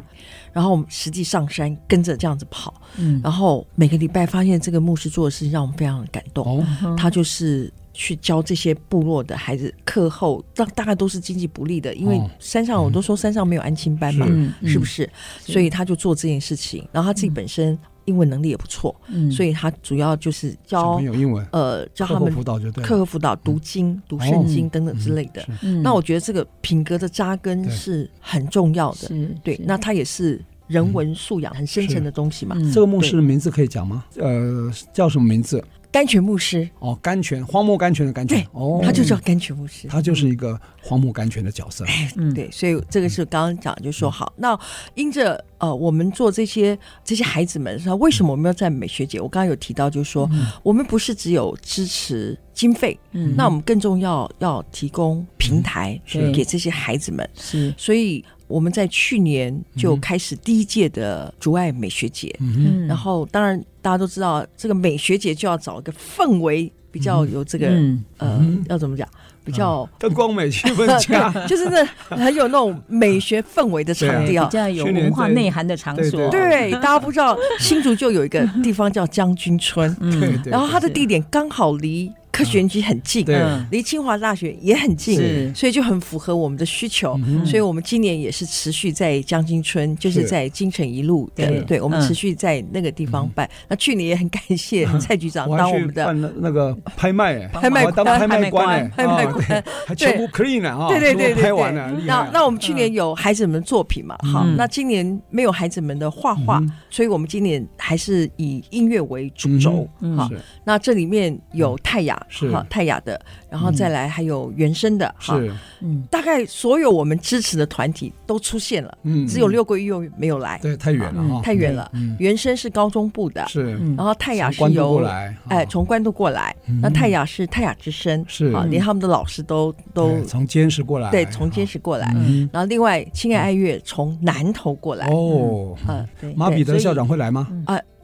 S3: 然后我们实际上山跟着这样子跑，
S1: 嗯
S3: 然后每个礼拜发现这个牧师做的事情让我们非常感动。
S2: 哦，
S1: 嗯
S3: 他就是去教这些部落的孩子课后，大大概都是经济不利的，因为
S2: 哦
S3: 山上我都说山上没有安亲班嘛，
S2: 是
S1: 嗯，
S3: 是不是？所以他就做这件事情，然后他自己本身英文能力也不错，
S1: 嗯
S3: 所以他主要就是
S2: 小
S3: 教
S2: 朋友英文
S3: 呃教
S2: 课
S3: 他
S2: 后
S3: 们
S2: 辅导就对了，嗯哦
S3: 课后辅导、读经、读圣经等等之类的。
S2: 是
S1: 嗯
S3: 那我觉得这个品格的扎根
S2: 对
S3: 是很重要的，
S1: 是
S3: 对
S1: 是，
S3: 那它也是人文素养很
S2: 嗯
S3: 深
S2: 是
S3: 层的东西嘛。
S1: 嗯
S2: 这个牧师的名字可以讲吗？呃，叫什么名字？
S3: 甘泉牧师，
S2: 哦，甘泉，荒漠甘泉的甘泉
S3: 对。
S2: 哦，
S3: 他就叫甘泉牧师。
S2: 他就是一个荒漠甘泉的角色。
S1: 嗯
S3: 对，所以这个是刚刚讲，就说好，那因着呃，我们做这些这些孩子们，那为什么我们要在美学节？我刚刚有提到，就是说、我们不是只有支持经费，
S1: 嗯
S3: 那我们更重要要提供平台
S1: 是
S3: 给这些孩子们。
S1: 是
S3: 所以我们在去年就开始第一届的竹爱美学节，
S1: 嗯
S3: 然后当然大家都知道，这个美学节就要找一个氛围比较有这个、
S1: 嗯
S3: 呃、要怎么讲比较、
S2: 灯光美，气氛 佳，
S3: 就是那很有那种美学氛围的场地
S1: 比
S3: 啊。
S1: 较有文化内涵的场所。
S3: 对，大家不知道新竹就有一个地方叫将军村，
S2: 对
S1: 嗯，
S2: 对
S3: 然后它的地点刚好离科学园区很近，
S2: 对
S1: 嗯
S3: 离清华大学也很近
S1: 是，
S3: 所以就很符合我们的需求。
S2: 嗯
S3: 所以我们今年也是持续在将军村，就是
S2: 是
S3: 在京城一路的，
S1: 对
S3: 对我们
S1: 嗯
S3: 持续在那个地方办。那去年也很感谢蔡局长
S2: 我
S3: 当我
S2: 还去
S3: 们的
S2: 办了那个拍卖，哎
S3: 拍卖
S2: 我还当
S3: 官
S2: 拍卖官哎，
S3: 拍卖
S2: 啊
S3: 官
S2: 对 还全部 clean 了啊，
S3: 对对对
S2: 全部
S3: 对
S2: 拍
S3: 对，嗯
S2: 完了，厉害
S3: 那
S2: 啊
S3: 那我们去年有孩子们作品嘛？好，
S1: 嗯
S3: 那今年没有孩子们的画画，
S2: 嗯
S3: 所以我们今年还是以音乐为主轴。
S1: 嗯
S3: 好
S2: 是，
S3: 那这里面有泰雅，
S2: 嗯是
S3: 好泰雅的，然后再来还有原声的，好，
S2: 是，
S1: 嗯，
S3: 大概所有我们支持的团体都出现了，
S2: 嗯
S3: 只有六个幼儿园没有来，
S2: 对太远了哈，
S3: 太远了。
S2: 嗯，
S3: 原声是高中部的，
S2: 是
S1: 嗯
S3: 然后泰雅
S2: 从
S3: 哎是
S2: 关渡
S3: 由
S2: 过来，
S3: 哎
S2: 啊
S3: 从关渡过来，那
S2: 嗯
S3: 泰雅是泰雅之声，
S2: 是
S3: 好，连他们的老师都都
S2: 对从监视过来，
S3: 对从监视过来。
S2: 哎嗯
S3: 然后另外，亲爱爱乐从南头过来，
S2: 哦，
S3: 呃，对，
S2: 马彼得
S3: 对
S2: 校长会来吗？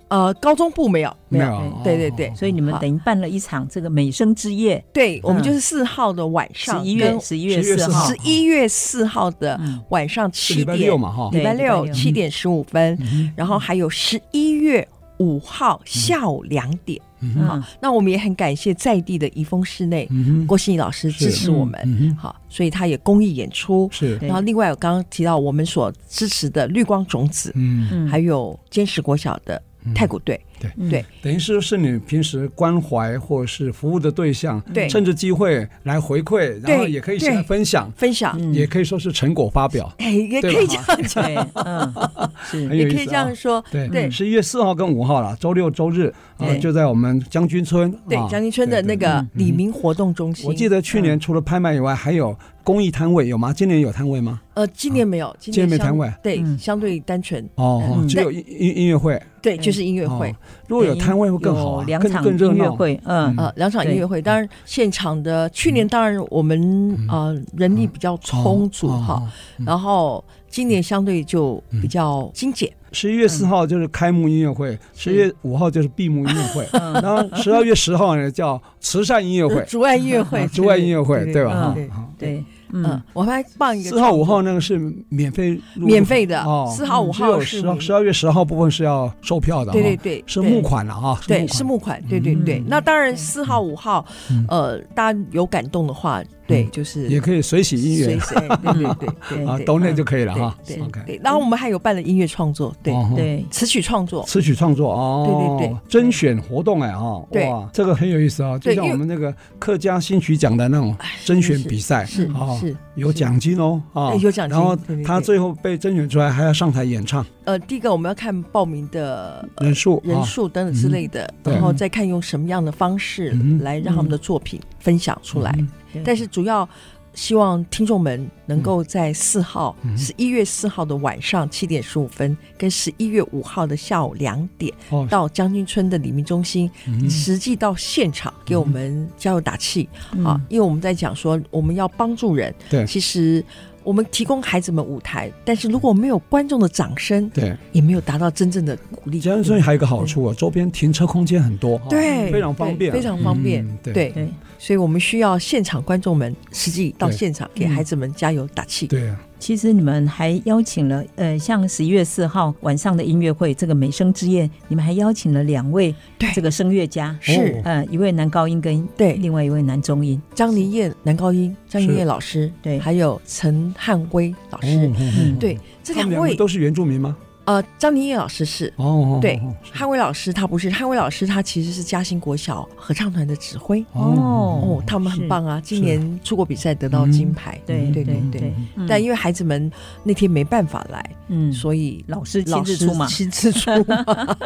S3: 呃，高中部没有，
S2: 没有，
S3: 对对
S2: 哦
S3: 对
S1: 所以你们等于办了一场这个美声之夜，
S3: 对我
S1: 嗯
S3: 们就是四号的晚
S1: 十
S3: 上，
S1: 一月十一月四号
S3: 十，一月四号的
S1: 嗯
S3: 晚上
S2: 是
S3: 七
S2: 礼拜六
S3: 点，
S2: 嘛哈，
S3: 礼拜
S1: 对礼拜
S3: 六
S1: 六
S3: 七点十五分，
S2: 嗯
S3: 然后还有十一月五号下午两点。
S2: 嗯
S1: 嗯
S2: 哼
S3: 好，那我们也很感谢在地的怡丰室内
S2: 嗯哼
S3: 郭新怡老师支持我们，
S2: 嗯哼
S3: 好，所以他也公益演出。
S2: 是，
S1: 对
S3: 然后另外我刚刚提到我们所支持的绿光种子，
S2: 嗯，
S1: 嗯
S3: 还有坚实国小的太古队，
S1: 嗯
S3: 对
S2: 等于是是你平时关怀或是服务的对象，
S3: 对
S2: 趁着机会来回馈，然后
S3: 对
S2: 也可以
S3: 对
S2: 来分享，
S3: 分享，
S1: 嗯
S2: 也可以说是成果发表。
S3: 哎，也可
S2: 对
S3: 以
S2: 吧
S3: 这样讲，
S1: 对，嗯，
S2: 很
S1: 是，
S2: 有
S3: 也
S2: 意思啊
S3: 可以这样说，
S2: 对
S3: 对
S1: 嗯
S2: 十一月四号跟五号啦，周六周日啊，
S3: 对
S2: 就在我们将军村，
S3: 对
S2: 啊
S3: 将军村的那。
S2: 对对
S3: 个嗯李明活动中心，
S2: 我记得去年除了拍卖以外，还有公益摊位有吗？今年有摊位吗？
S3: 呃，今年没有，今
S2: 今年没
S3: 相
S2: 摊位
S3: 对，
S1: 嗯
S3: 相对单纯，
S2: 哦，哦
S1: 嗯
S2: 只有音音音乐会，
S3: 对，就是音乐会
S2: 哦，如果有摊位会更好
S1: 有
S2: 啊，
S1: 两
S2: 更
S1: 场
S2: 更热
S1: 音乐
S2: 闹。
S1: 会，嗯，
S3: 呃，两场音乐会，当然现场的，
S2: 嗯
S3: 去年当然我们呃人力比较充足
S2: 哦嗯
S3: 哈，，然后今年相对就比较精简，
S2: 十一月四
S3: 嗯
S2: 号就是开幕音乐会，十一月五号就是闭幕音乐 会，
S3: 嗯
S2: 然后十二月十号呢叫慈善音乐会，
S3: 竹呃外音乐会，
S2: 之外音乐会
S3: 哎对
S2: 对吧？
S3: 对
S2: 哈，
S1: 对，
S3: 嗯
S1: 嗯，，
S3: 我们还放一个
S2: 四号五号那个是免费入
S3: 免费的
S2: 哦，
S3: 四号五
S2: 只有
S3: 号
S2: 十
S3: 是
S2: 号十二月十号部分是要售票的，
S3: 对对
S2: 哈，
S3: 对，
S2: 是
S3: 对
S2: 募款了啊，
S3: 对，是募款，对对对。
S1: 嗯
S3: 那当然，四号、五号
S2: 嗯，
S3: 呃，大家有感动的话，对，
S2: 嗯
S3: 就是
S2: 也可以随喜音
S3: 随
S2: 乐
S3: 随，对对 对对
S2: 啊
S3: 对，
S2: 抖内就可以了
S3: 对
S2: 哈
S3: 对。
S2: OK，
S3: 对。然后我们还有办了音乐创作，对，
S2: 哦，
S1: 对，
S3: 词曲创作，
S2: 词曲创作哦，
S3: 对对对
S2: 甄选活动哎哦，
S3: 对
S2: 哇，这个很有意思啊，就
S3: 对
S2: 像
S3: 因
S2: 我
S3: 为
S2: 们那个客家新曲奖的那种 甄选比赛，
S3: 是
S2: 哦
S3: 是
S2: 有奖金哦啊
S3: 对，有奖金
S2: 然后
S3: 对对对
S2: 他最后被甄选出来，还要上台演唱，
S3: 呃，第一个我们要看报名的呃
S2: 人数
S3: 人
S2: 啊
S3: 数等等之类的，
S2: 对
S3: 然后再看用什么样的方式
S2: 嗯
S3: 来让他们的作品分享出来。但是主要希望听众们能
S2: 嗯
S3: 够在四号，十一月四号的晚上七点十五分，跟十一月五号的下午两点，
S2: 哦
S3: 到将军村的李明中心，
S2: 嗯
S3: 实际到现场给我们加油打气、
S1: 嗯
S3: 啊！因为我们在讲说我们要帮助人，
S2: 对
S3: 其实。我们提供孩子们舞台，但是如果没有观众的掌声，
S2: 对，
S3: 也没有达到真正的鼓励。
S2: 嘉义村还有一个好处啊，周边停车空间很多，哈
S3: 对，
S2: 非常方便，
S3: 对非常方便
S2: 嗯。
S3: 对，
S1: 对，
S3: 所以我们需要现场观众们实际到
S2: 对
S3: 现场给
S1: 嗯
S3: 孩子们加油打气。
S2: 对啊，
S1: 其实你们还邀请了，呃，像十一月四号晚上的音乐会，这个美声之夜，你们还邀请了两位
S3: 对
S1: 这个声乐家，
S3: 是
S2: 哦
S1: 呃，一位男高音跟
S3: 对
S1: 另外一位男中音，
S3: 张林燕、男高音、张林
S2: 是
S3: 燕老师，
S1: 对
S3: 还有陈汉威老
S2: 哦
S3: 师，
S1: 嗯
S2: 哦
S3: 对这
S2: 他们
S3: 两
S2: 两
S3: 位
S2: 个，都是原住民吗？
S3: 呃，张林燕老师是。
S2: 哦哦，哦
S3: 对
S2: 哦，是
S3: 汉威老师他不是，汉威老师他其实是嘉兴国小合唱团的指挥
S1: 哦
S3: 哦，他们很
S1: 是
S3: 棒啊！今年出国比赛得到
S2: 嗯
S3: 金牌，
S1: 对
S3: 对对
S1: 对
S3: 对。，
S1: 嗯
S3: 但因为孩子们那天没办法来，
S1: 嗯，
S3: 所以
S1: 老师亲
S3: 老
S1: 自
S3: 师
S1: 出马，
S3: 亲自出 马。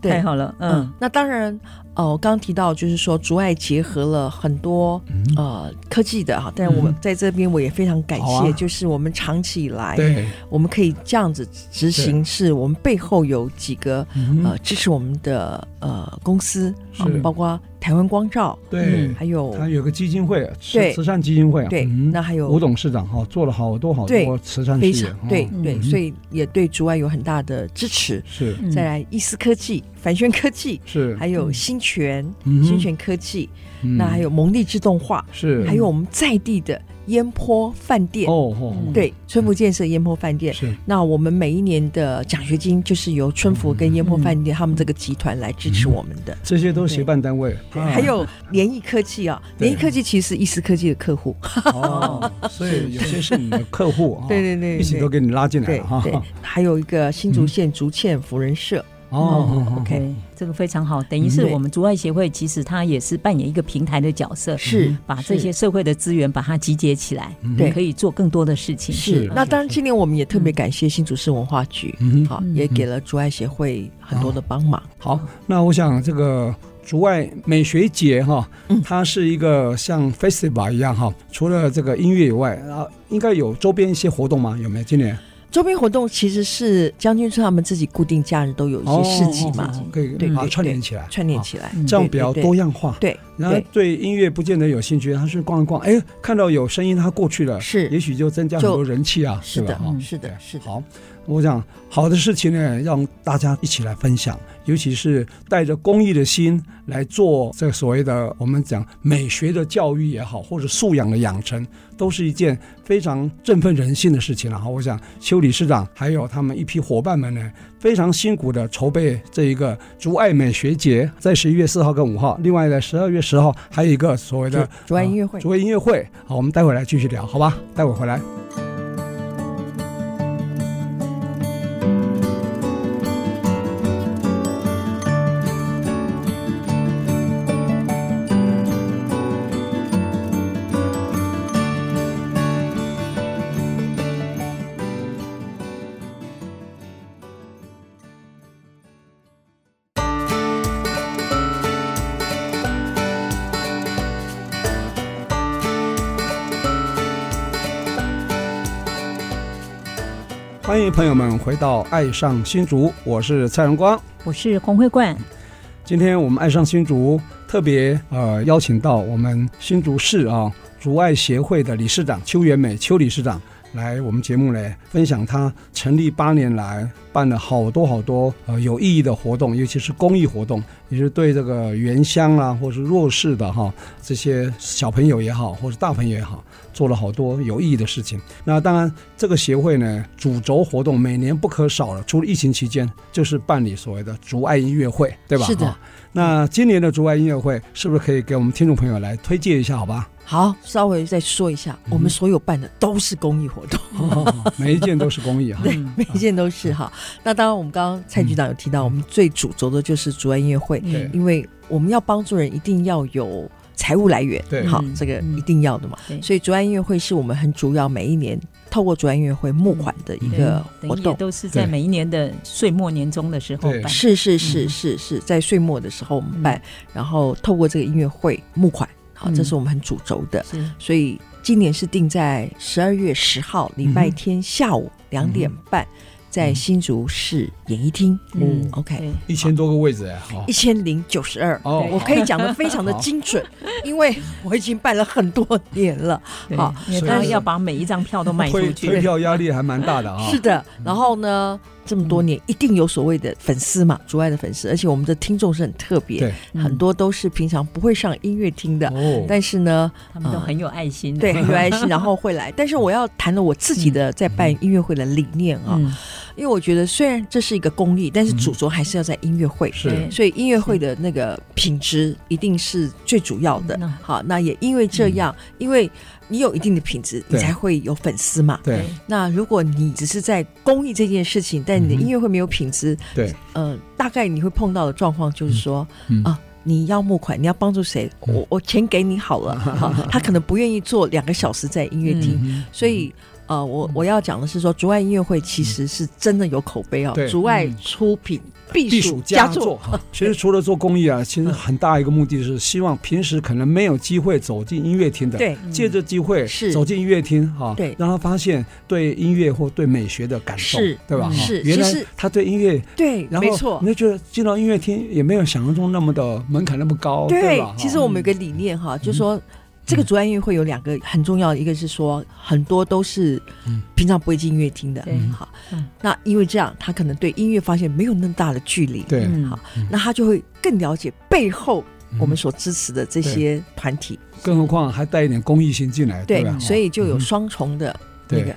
S3: 对
S1: 太好了，嗯
S3: 嗯，，那当然，呃，我刚刚提到就是说，竹爱结合了很多
S2: 嗯
S3: 呃科技的哈，但我们在这边我也非常感
S2: 好啊
S3: 谢，就是我们长期以来
S2: 对，
S3: 我们可以这样子执行，是我们背后有几个
S2: 嗯
S3: 呃支持我们的呃公司，啊
S2: 是
S3: 包括台湾光照，
S2: 对
S1: 嗯，
S3: 还有
S2: 他有个基金会，啊
S3: 对
S2: 慈慈善基金会啊，
S3: 对，
S2: 嗯
S3: 那还有
S2: 吴董事长哈做了好多好
S3: 对
S2: 多慈善事
S3: 非
S2: 业
S3: 常，
S2: 哦
S3: 对
S1: 嗯
S3: 对，所以也对竹外有很大的支持。
S2: 是
S1: 嗯
S3: 再来，易思科技、凡轩科技，
S2: 是，
S3: 还有新泉、
S2: 嗯
S3: 新泉科技，
S2: 嗯
S3: 那还有蒙利自动化，
S2: 是，
S3: 还有我们在地的烟坡饭店，嗯
S2: 哦哦，
S3: 对，春福建设烟坡饭店。
S2: 是
S3: 那我们每一年的奖学金就是由春福跟烟坡饭店他们这个集团来支
S2: 嗯
S3: 持我们的。
S2: 这些都是协办单位，啊
S3: 还有联谊科技啊，
S2: 对
S3: 联谊科技其实是易思科技的客户，
S2: 哦，所以有些是你的客 户啊，
S3: 对对对对
S2: 一起都给你拉进来
S3: 对
S2: 了哈，嗯
S3: 对，还有一个新竹县竹堑福人社，
S2: 哦
S3: 嗯，OK
S1: 对，这个非常好，等于是
S3: 对
S1: 我们竹外协会，其实它也是扮演一个平台的角色，嗯
S3: 是嗯
S1: 把这些社会的资源把它集结起来，
S3: 对
S1: 可以做更多的事情。嗯
S2: 是
S3: 那当然，今年我们也特别感谢新竹市文化局，
S2: 嗯哼哦
S3: 好、
S1: 嗯
S3: 也给了竹爱协会很多的帮忙。
S2: 好，那我想这个竹外美学节哈，
S3: 嗯
S2: 它是一个像 festival 一样哈，除了这个音乐以外，啊，应该有周边一些活动吗？有没有？今年
S3: 周边活动其实是将军村他们自己固定假日都有一些市集嘛，
S2: 哦哦哦可以
S3: 对
S2: 把它
S3: 对
S2: 串联
S3: 对
S2: 起来，
S3: 串联
S2: 啊
S3: 起来，
S1: 嗯
S2: 这样比较
S3: 对对
S2: 多样化。
S3: 对
S2: 然后
S3: 对，
S2: 对音乐不见得有兴趣，他是逛一逛，哎，看到有声音，他过去了，
S3: 是
S2: 也许就增加很
S3: 就
S2: 多人气啊，
S3: 是
S2: 对
S3: 的
S2: 吧？哈，
S3: 是的，是的，
S2: 好，我想好的事情呢，让大家一起来分享，尤其是带着公益的心来做这所谓的我们讲美学的教育也好，或者素养的养成，都是一件非常振奋人心的事情了哈。我想邱理事长还有他们一批伙伴们呢，非常辛苦的筹备这一个竹爱美学节，在十一月四号跟五号，另外呢十二月十号还有一个所谓的嗯
S3: 竹竹爱音乐会
S2: 竹爱音乐会。好，我们待会儿来继续聊，好吧？待会儿回来。欢迎朋友们回到《爱上新竹》，我是蔡荣光。
S1: 我是黄慧冠，
S2: 今天我们《爱上新竹》特别呃邀请到我们新竹市啊竹爱协会的理事长邱元美邱理事长来我们节目来分享他成立八年来办了好多好多呃有意义的活动，尤其是公益活动，也是对这个原乡啊或是弱势的哈这些小朋友也好，或是大朋友也好，做了好多有意义的事情。那当然，这个协会呢，主轴活动每年不可少了，除了疫情期间，就是办理所谓的竹爱音乐会，对吧？
S3: 是的
S2: 哈。那今年的竹爱音乐会是不是可以给我们听众朋友来推介一下？好吧，
S3: 好，稍微再说一下，我们所有办的都是公益活动，
S2: 每一件都是公益啊哈。
S1: 嗯
S3: 每一件都是哈。那当然，我们刚刚蔡局长有提到，我们最主轴的就是竹爱音乐
S1: 嗯
S3: 会，
S2: 对
S3: 因为我们要帮助人，一定要有财务来源，
S2: 对
S3: 好
S1: 嗯，
S3: 这个
S1: 嗯
S3: 一定要的嘛。
S1: 对
S3: 所以竹安音乐会是我们很主要每一年透过竹安音乐会募款的一个
S1: 对嗯等于
S3: 活
S1: 也
S3: 动。
S1: 都是在
S2: 对
S1: 每一年的岁末年终的时候
S2: 对
S1: 办。
S3: 是是是是是，在岁末的时候我们办，然后透过这个音乐会募款，好，
S1: 嗯
S3: 这是我们很主轴的。
S1: 是
S3: 所以今年是定在十二月十号礼拜天下午两点半，在新竹市演艺厅。
S1: 嗯
S3: ，OK，
S1: 对
S2: 一千多个位置哎，好
S3: 一千零九十二。
S2: 哦，
S3: 我可以讲的非常的精准，因为我已经办了很多年了。
S1: 对
S3: 好
S1: 因为
S2: 是
S1: 他要把每一张票都卖出
S2: 推推
S1: 去。
S2: 票压力还蛮大的
S1: 哦
S2: 啊。
S3: 是的，
S1: 嗯
S3: 然后呢，这么多年一定有所谓的粉丝嘛，竹爱的粉丝，而且我们的听众是很特别，
S2: 对
S1: 嗯
S3: 很多都是平常不会上音乐厅的，
S2: 哦，
S3: 但是呢，
S1: 他们都很有爱心。
S3: 对，很有爱心，然后会来。但是我要谈了我自己的在办音乐会的理念啊，
S1: 嗯，
S3: 因为我觉得虽然这是一个公益，但是
S2: 嗯
S3: 主轴还是要在音乐会。
S2: 是
S1: 对
S3: 所以音乐会的那个品质一定是最主要的
S1: 嗯那。
S3: 好，那也因为这样，
S2: 嗯
S3: 因为你有一定的品质，你
S2: 对
S3: 才会有粉丝嘛。
S2: 对
S3: 那如果你只是在公益这件事情，但你的
S2: 嗯哼
S3: 音乐会没有品质，
S2: 对，
S3: 呃，大概你会碰到的状况就是说，
S2: 嗯
S3: 啊，你要募款，你要帮助谁？
S2: 嗯
S3: 我我钱给你好了，哈，他可能不愿意做两个小时在音乐厅，
S2: 嗯
S3: 所以呃，我我要讲的是说，竹外音乐会其实是真的有口碑哦
S2: 对，嗯
S3: 竹外出品
S2: 避
S3: 避
S2: 暑
S3: 暑
S2: 佳
S3: 佳
S2: 作
S3: 作。
S2: 哈。其实除了做公 益啊，
S3: 嗯
S2: 其实很大一个目的是希望平时可能没有机会走进音乐厅的，嗯
S3: 对，嗯
S2: 借着机会
S3: 是
S2: 走进音乐厅哈，
S3: 对
S2: 让他发现对音乐或对美学的感受
S3: 是，
S2: 对吧？哈
S3: 是
S2: 原
S3: 其
S2: 来
S3: 实
S2: 他对音乐。
S3: 对，
S2: 然
S3: 没
S2: 后
S3: 错
S2: 你。就觉得进到音乐厅也没有想象中那么的门槛那么高，
S3: 对
S2: 吧？，
S3: 其实
S2: 哈嗯
S3: 我们有个理念哈，就说这个主办音乐会有两个很重要的，一个是说很多都是
S2: 嗯
S3: 平常不会进音乐厅的
S1: 对，
S3: 好
S1: 嗯，
S3: 那因为这样，他可能对音乐发现没有那么大的距离，
S2: 对
S1: 嗯
S3: 好，那他就会更了解背后
S2: 嗯
S3: 我们所支持的这些团体，
S2: 更何况还带一点公益性进来，
S3: 对
S2: 吧？，
S3: 所以就有
S2: 嗯
S3: 双重的那
S2: 对嗯
S3: 个。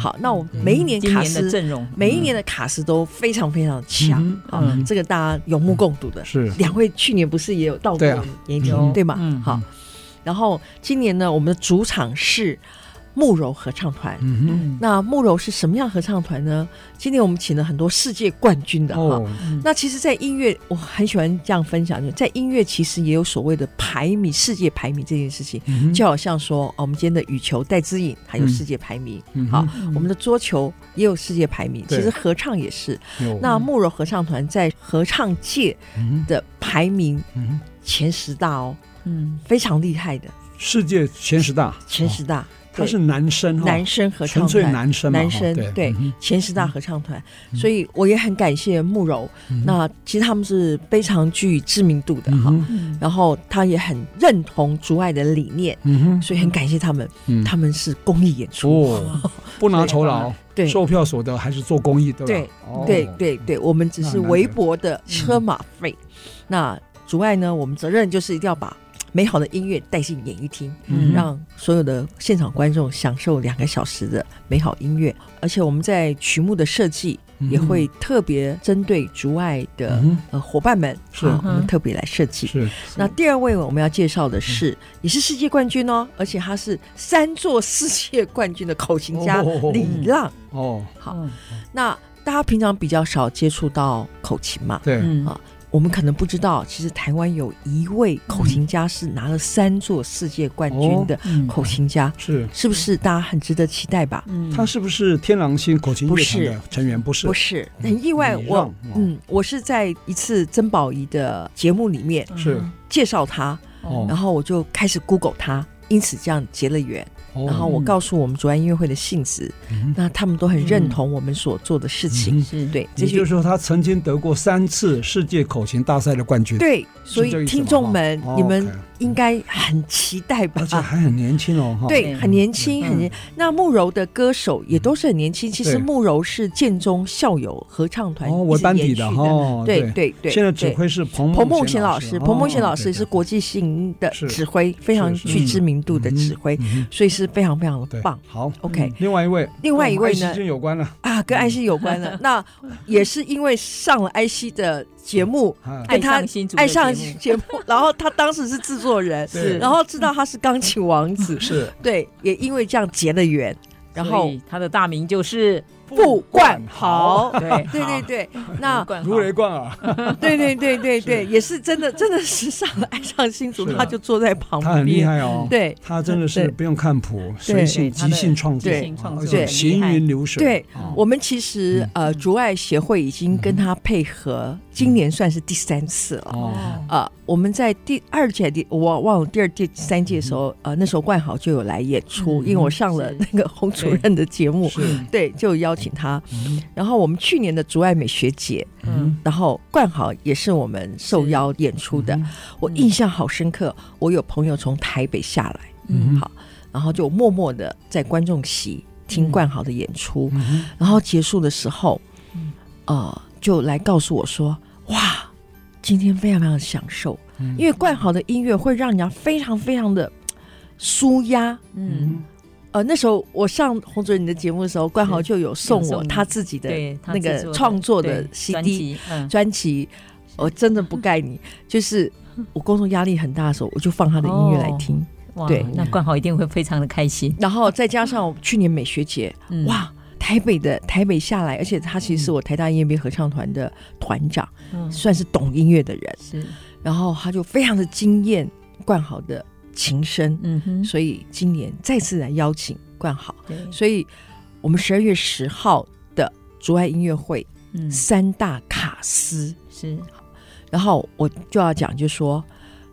S3: 好，那我们每一年
S1: 今
S3: 卡
S1: 年的
S3: 斯，
S1: 阵容，
S3: 每一年的卡斯都非常非常强
S2: 嗯，
S3: 好
S1: 嗯，
S3: 这个大家有目共睹的。
S2: 是
S3: 两位去年不是也有到过
S2: 对啊
S3: 演
S2: 嗯
S3: 讲对吗？
S1: 嗯
S3: 好，然后今年呢，我们的主场是慕柔合唱团。
S2: 嗯
S1: 嗯，
S3: 那慕柔是什么样合唱团呢？今年我们请了很多世界冠军的
S2: 哼，
S3: 哈。
S2: 哦，
S3: 那其实，在音乐，我很喜欢这样分享，就在音乐其实也有所谓的排名、世界排名这件事情，
S2: 嗯哼
S3: 就好像说，哦我们今天的羽球戴资颖还有世界排名，
S2: 嗯
S3: 好
S2: 哼，
S3: 我们的桌球也有世界排名，
S2: 对
S3: 其实合唱也是。
S2: 有
S3: 那慕柔合唱团在合唱界
S2: 嗯
S3: 的排名
S2: 哼嗯哼
S3: 前十大哦，
S1: 嗯，
S3: 非常厉害的
S2: 世界前十大，
S3: 前
S2: 哦
S3: 十大，
S2: 他
S3: 对
S2: 是男生哈，
S3: 男生合
S2: 纯
S3: 唱
S2: 粹
S3: 团，
S2: 男生嘛，
S3: 男
S2: 哈
S3: 生
S2: 对
S3: 对
S2: 嗯
S3: 前十大合唱团，所以我也很感谢慕柔。
S2: 嗯
S3: 那其实他们是非常具知名度的
S2: 嗯
S3: 哈，
S2: 哼
S1: 嗯
S3: 然后他也很认同竹爱的理念，
S2: 嗯哼
S3: 所以很感谢他们，
S2: 嗯
S3: 他们是公益演出。
S2: 哦，不拿酬劳，
S3: 对
S2: 售票所得还是做公益，对吧？
S3: 对
S2: 哦
S3: 对对对，我们只是微薄的车马费。
S2: 嗯
S3: 那竹爱呢，我们责任就是一定要把美好的音乐带进演艺厅。
S2: 嗯
S3: 让所有的现场观众享受两个小时的美好音乐，而且我们在曲目的设计也会特别针对竹外的、
S2: 嗯哼
S3: 呃伙伴们，
S2: 是
S3: 啊我
S1: 嗯
S3: 们特别来设计。
S2: 是嗯
S3: 那第二位我们要介绍的是，也是世界冠军哦，而且他是三座世界冠军的口琴家
S2: 哦
S3: 李浪。
S2: 哦，
S3: 好，
S1: 嗯
S3: 那大家平常比较少接触到口琴嘛，
S2: 对，
S1: 嗯
S3: 好我们可能不知道，其实台湾有一位口琴家是拿了三座世界冠军
S2: 哦
S3: 的
S1: 嗯
S3: 口琴家。
S2: 是
S3: 是不是大家很值得期待吧？
S1: 嗯
S2: 他是不是天狼星口琴乐团的成员？不是，
S3: 不是，很意外，
S2: 礼
S3: 我
S2: 让
S3: 嗯，我是在一次曾宝仪的节目里面
S2: 是
S3: 介绍他，
S2: 哦
S3: 然后我就开始 Google 他，因此这样结了缘。
S2: 哦
S3: 然后我告诉我们主办音乐会的性质，
S2: 嗯
S3: 那他们都很认同我们所做的事情，
S2: 嗯
S1: 是
S3: 对这
S2: 也就
S3: 些
S2: 是说，他曾经得过三次世界口琴大赛的冠军，，
S3: 对，所
S2: 这个
S3: 以
S2: 意思
S3: 听
S2: 吗
S3: 众们
S2: 哦，
S3: 你们
S2: OK
S3: 应该很期待吧啊
S2: 而？且还很年轻哦，哈，
S3: 对，
S1: 嗯
S3: 很年轻，
S1: 嗯
S3: 很年。那慕柔的歌手也都是很年轻。其实
S2: 对
S3: 慕柔是建中校友合唱团
S2: 哦，
S3: 一
S2: 我
S3: 直
S2: 班
S3: 延
S2: 底
S3: 续
S2: 的哦，
S3: 对对对，
S2: 现在指
S3: 对
S2: 挥是彭
S3: 彭
S2: 梦
S3: 梦
S2: 贤
S3: 贤
S2: 老
S3: 老
S2: 师，
S3: 师，
S2: 哦
S3: 彭梦贤老
S2: 对
S3: 师
S2: 对
S3: 是国际型的
S2: 是
S3: 指挥，非常
S2: 是是
S3: 具知名度的指挥，
S2: 嗯哼
S3: 所以是非常非常
S2: 对哦
S3: 的棒。
S2: 好。
S3: OK，
S2: 另外一位，
S3: 另外一位
S2: 跟我们爱
S3: 呢
S2: 惜君有关了，
S3: 啊，跟艾希有关 了，那也是因为上了艾希的节目，
S2: 啊，
S3: 跟他
S1: 爱上新竹的
S3: 爱上
S1: 节目
S3: 节目，然后他当时是制作人，
S2: 是
S3: 然后知道他是钢琴王子，
S2: 是
S3: 对，也因为这样结了缘，然后
S1: 所以他的大名就是
S3: 傅冠豪，
S1: 对对
S3: 对对对，那
S1: 冠
S2: 如雷贯耳，
S3: 对对对对对，也是真的，真的是上了爱上新竹
S2: 是，啊
S3: 他就坐在旁
S2: 他很厉
S3: 边，
S2: 害哦，
S3: 对。
S2: 他真的是
S3: 对
S2: 不用看谱，随
S1: 对
S2: 性
S1: 他
S2: 即
S1: 的
S2: 兴创作，
S3: 对
S1: 即兴创作
S2: 而且
S3: 对
S2: 行云流水，
S3: 对
S2: 啊
S3: 我们其实
S2: 嗯
S3: 呃，竹爱协会已经跟他配合，今年算是第三次了。
S2: 哦，
S3: 呃，我们在第二届、第我忘了第二届、第三届的时候，呃，那时候冠豪就有来演出，
S1: 嗯
S3: 因为我上了
S1: 是
S3: 那个洪主任的节目，
S2: 是，
S3: 对，就邀请他。
S2: 嗯
S3: 然后我们去年的竹爱美学节，
S1: 嗯
S3: 然后冠豪也是我们受邀演出的，我印象好深刻。我有朋友从台北下来，
S2: 嗯
S3: 好，然后就默默的在观众席听冠豪的演出，
S2: 嗯哼
S3: 然后结束的时候，
S1: 嗯
S3: 呃，就来告诉我说，哇，今天非常非常享受，
S2: 嗯
S3: 因为冠豪的音乐会让人家非常非常的舒压。
S1: 嗯
S3: 呃，那时候我上洪主任你的节目的时候，冠豪就有送
S1: 有送
S3: 我
S1: 你
S3: 他自己的
S1: 对他
S3: 那
S1: 制
S3: 个
S1: 作
S3: 创作的
S1: 对
S3: CD
S1: 专辑嗯
S3: 专辑，我真的不盖你，就是我工作压力很大的时候，我就放他的音乐来听，
S1: 嗯哇
S3: 对
S1: 那冠豪一定会非常的开心
S3: 然后再加上去年美学节，
S1: 嗯
S3: 哇，台北的台北下来，而且他其实是我台大音乐合唱团的团长，
S1: 嗯
S3: 算是懂音乐的人。
S1: 是
S3: 然后他就非常的惊艳冠豪的琴声，
S1: 嗯哼
S3: 所以今年再次来邀请冠豪。
S1: 对
S3: 所以我们十二月十号的竹爱音乐会
S1: 嗯
S3: 三大卡司，
S1: 是
S3: 然后我就要讲，就说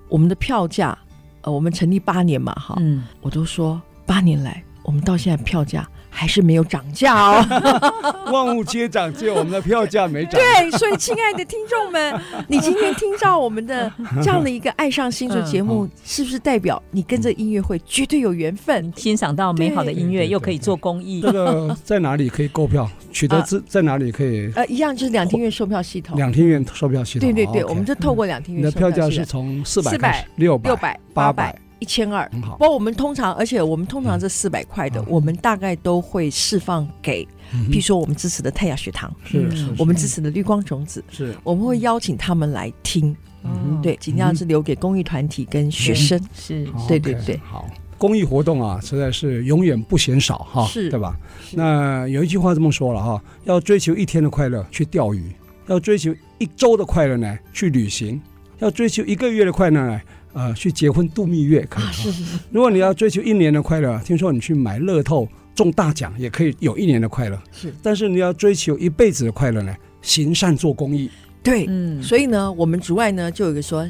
S3: 我们的票价，呃，我们成立八年嘛，哈，
S1: 嗯
S3: 我都说八年来，我们到现在票价还是没有涨价哦。
S2: 万物皆涨价，我们的票价没涨。
S3: 对，所以亲爱的听众们，你今天听到我 们的这样的一个爱上星座节
S2: 嗯
S3: 目，是不是代表你跟这音乐会绝对有缘
S2: 嗯
S3: 分？
S1: 欣赏到美好的音乐，
S2: 对对对
S1: 又可以做公益
S2: 这，个在哪里可以购票？取得
S3: 啊
S2: 资在哪里可以？
S3: 呃，一样就是两厅院售票系统。
S2: 两厅院售票系统。
S3: 对对对，
S2: 哦，OK
S3: 我们就透过两厅
S2: 你
S3: 院
S2: 的
S3: 售
S2: 票价
S3: 系
S2: 是
S3: 统。
S2: 从四百、
S3: 400
S2: 六百、
S3: 六百、八百、一千二。
S2: 很好
S3: 不。过我们通常，而且我们通常这四百块的
S2: 嗯，
S3: 我们大概都会释放给，
S2: 嗯
S3: 譬如说我们支持的太阳学堂，
S2: 是是
S1: 嗯
S3: 我们支持的绿光种子，
S2: 是
S3: 我们会邀请他们来听，
S2: 嗯
S1: 哦
S3: 对，尽量是留给公益团体跟学生。
S1: 是
S2: 好
S3: 对对
S2: OK，
S3: 对
S2: 好。公益活动啊，实在是永远不嫌少哈，
S3: 是
S2: 对吧？那有一句话这么说了哈，要追求一天的快乐，去钓鱼；要追求一周的快乐呢，去旅行；要追求一个月的快乐呢，呃，去结婚度蜜月
S3: 啊
S2: 可以。是是是。如果你要追求一年的快乐，听说你去买乐透中大奖也可以有一年的快乐。
S3: 是，
S2: 但是你要追求一辈子的快乐呢，行善做公益。
S3: 对，
S1: 嗯，
S3: 所以呢，我们竹外呢就有一个说，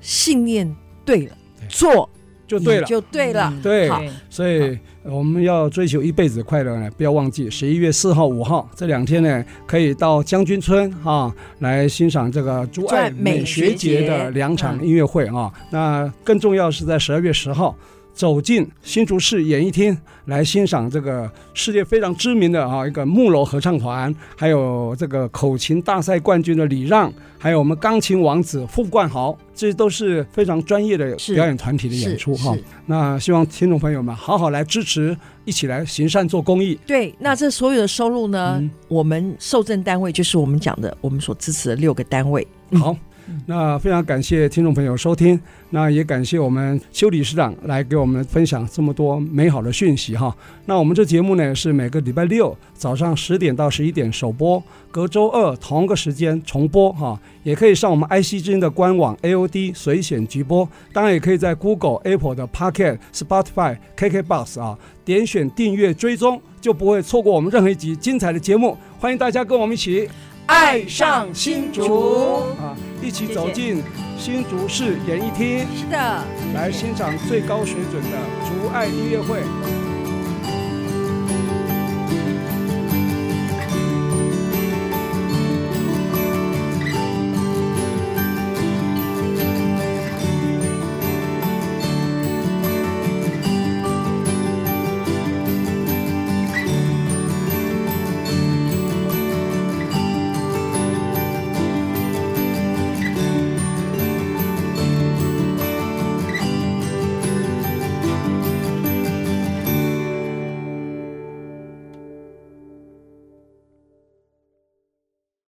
S3: 信念对了，做
S2: 就对
S3: 你
S2: 了，
S3: 就对了。
S1: 嗯
S2: 对
S1: 好
S2: 所以呃我们要追求一辈子快乐呢，不要忘记十一月四号、五号这两天呢，可以到将军村啊来欣赏这个珠爱美学节的两场音乐会啊。那更重要是在十二月十号。走进新竹市演艺厅来欣赏这个世界非常知名的啊一个木楼合唱团，还有这个口琴大赛冠军的李让，还有我们钢琴王子傅冠豪，这都是非常专业的
S3: 是
S2: 表演团体的演
S3: 是
S2: 出哈
S3: 是。
S2: 那希望听众朋友们好好来支持，一起来行善做公益。
S3: 对，那这所有的收入呢，
S2: 嗯
S3: 我们受赠单位就是我们讲的我们所支持的六个单位。
S2: 好，那非常感谢听众朋友收听，那也感谢我们修理事长来给我们分享这么多美好的讯息哈。那我们这节目呢是每个礼拜六早上十点到十一点首播，隔周二同个时间重播哈。也可以上我们 IC 之音的官网 AOD 随选直播，当然也可以在 Google、Apple 的 Pocket、Spotify、KKBox 啊点选订阅追踪，就不会错过我们任何一集精彩的节目。欢迎大家跟我们一起。爱上新竹啊，一起走进新竹市演艺厅，
S3: 是的。
S2: 来欣赏最高水准的竹爱音乐会。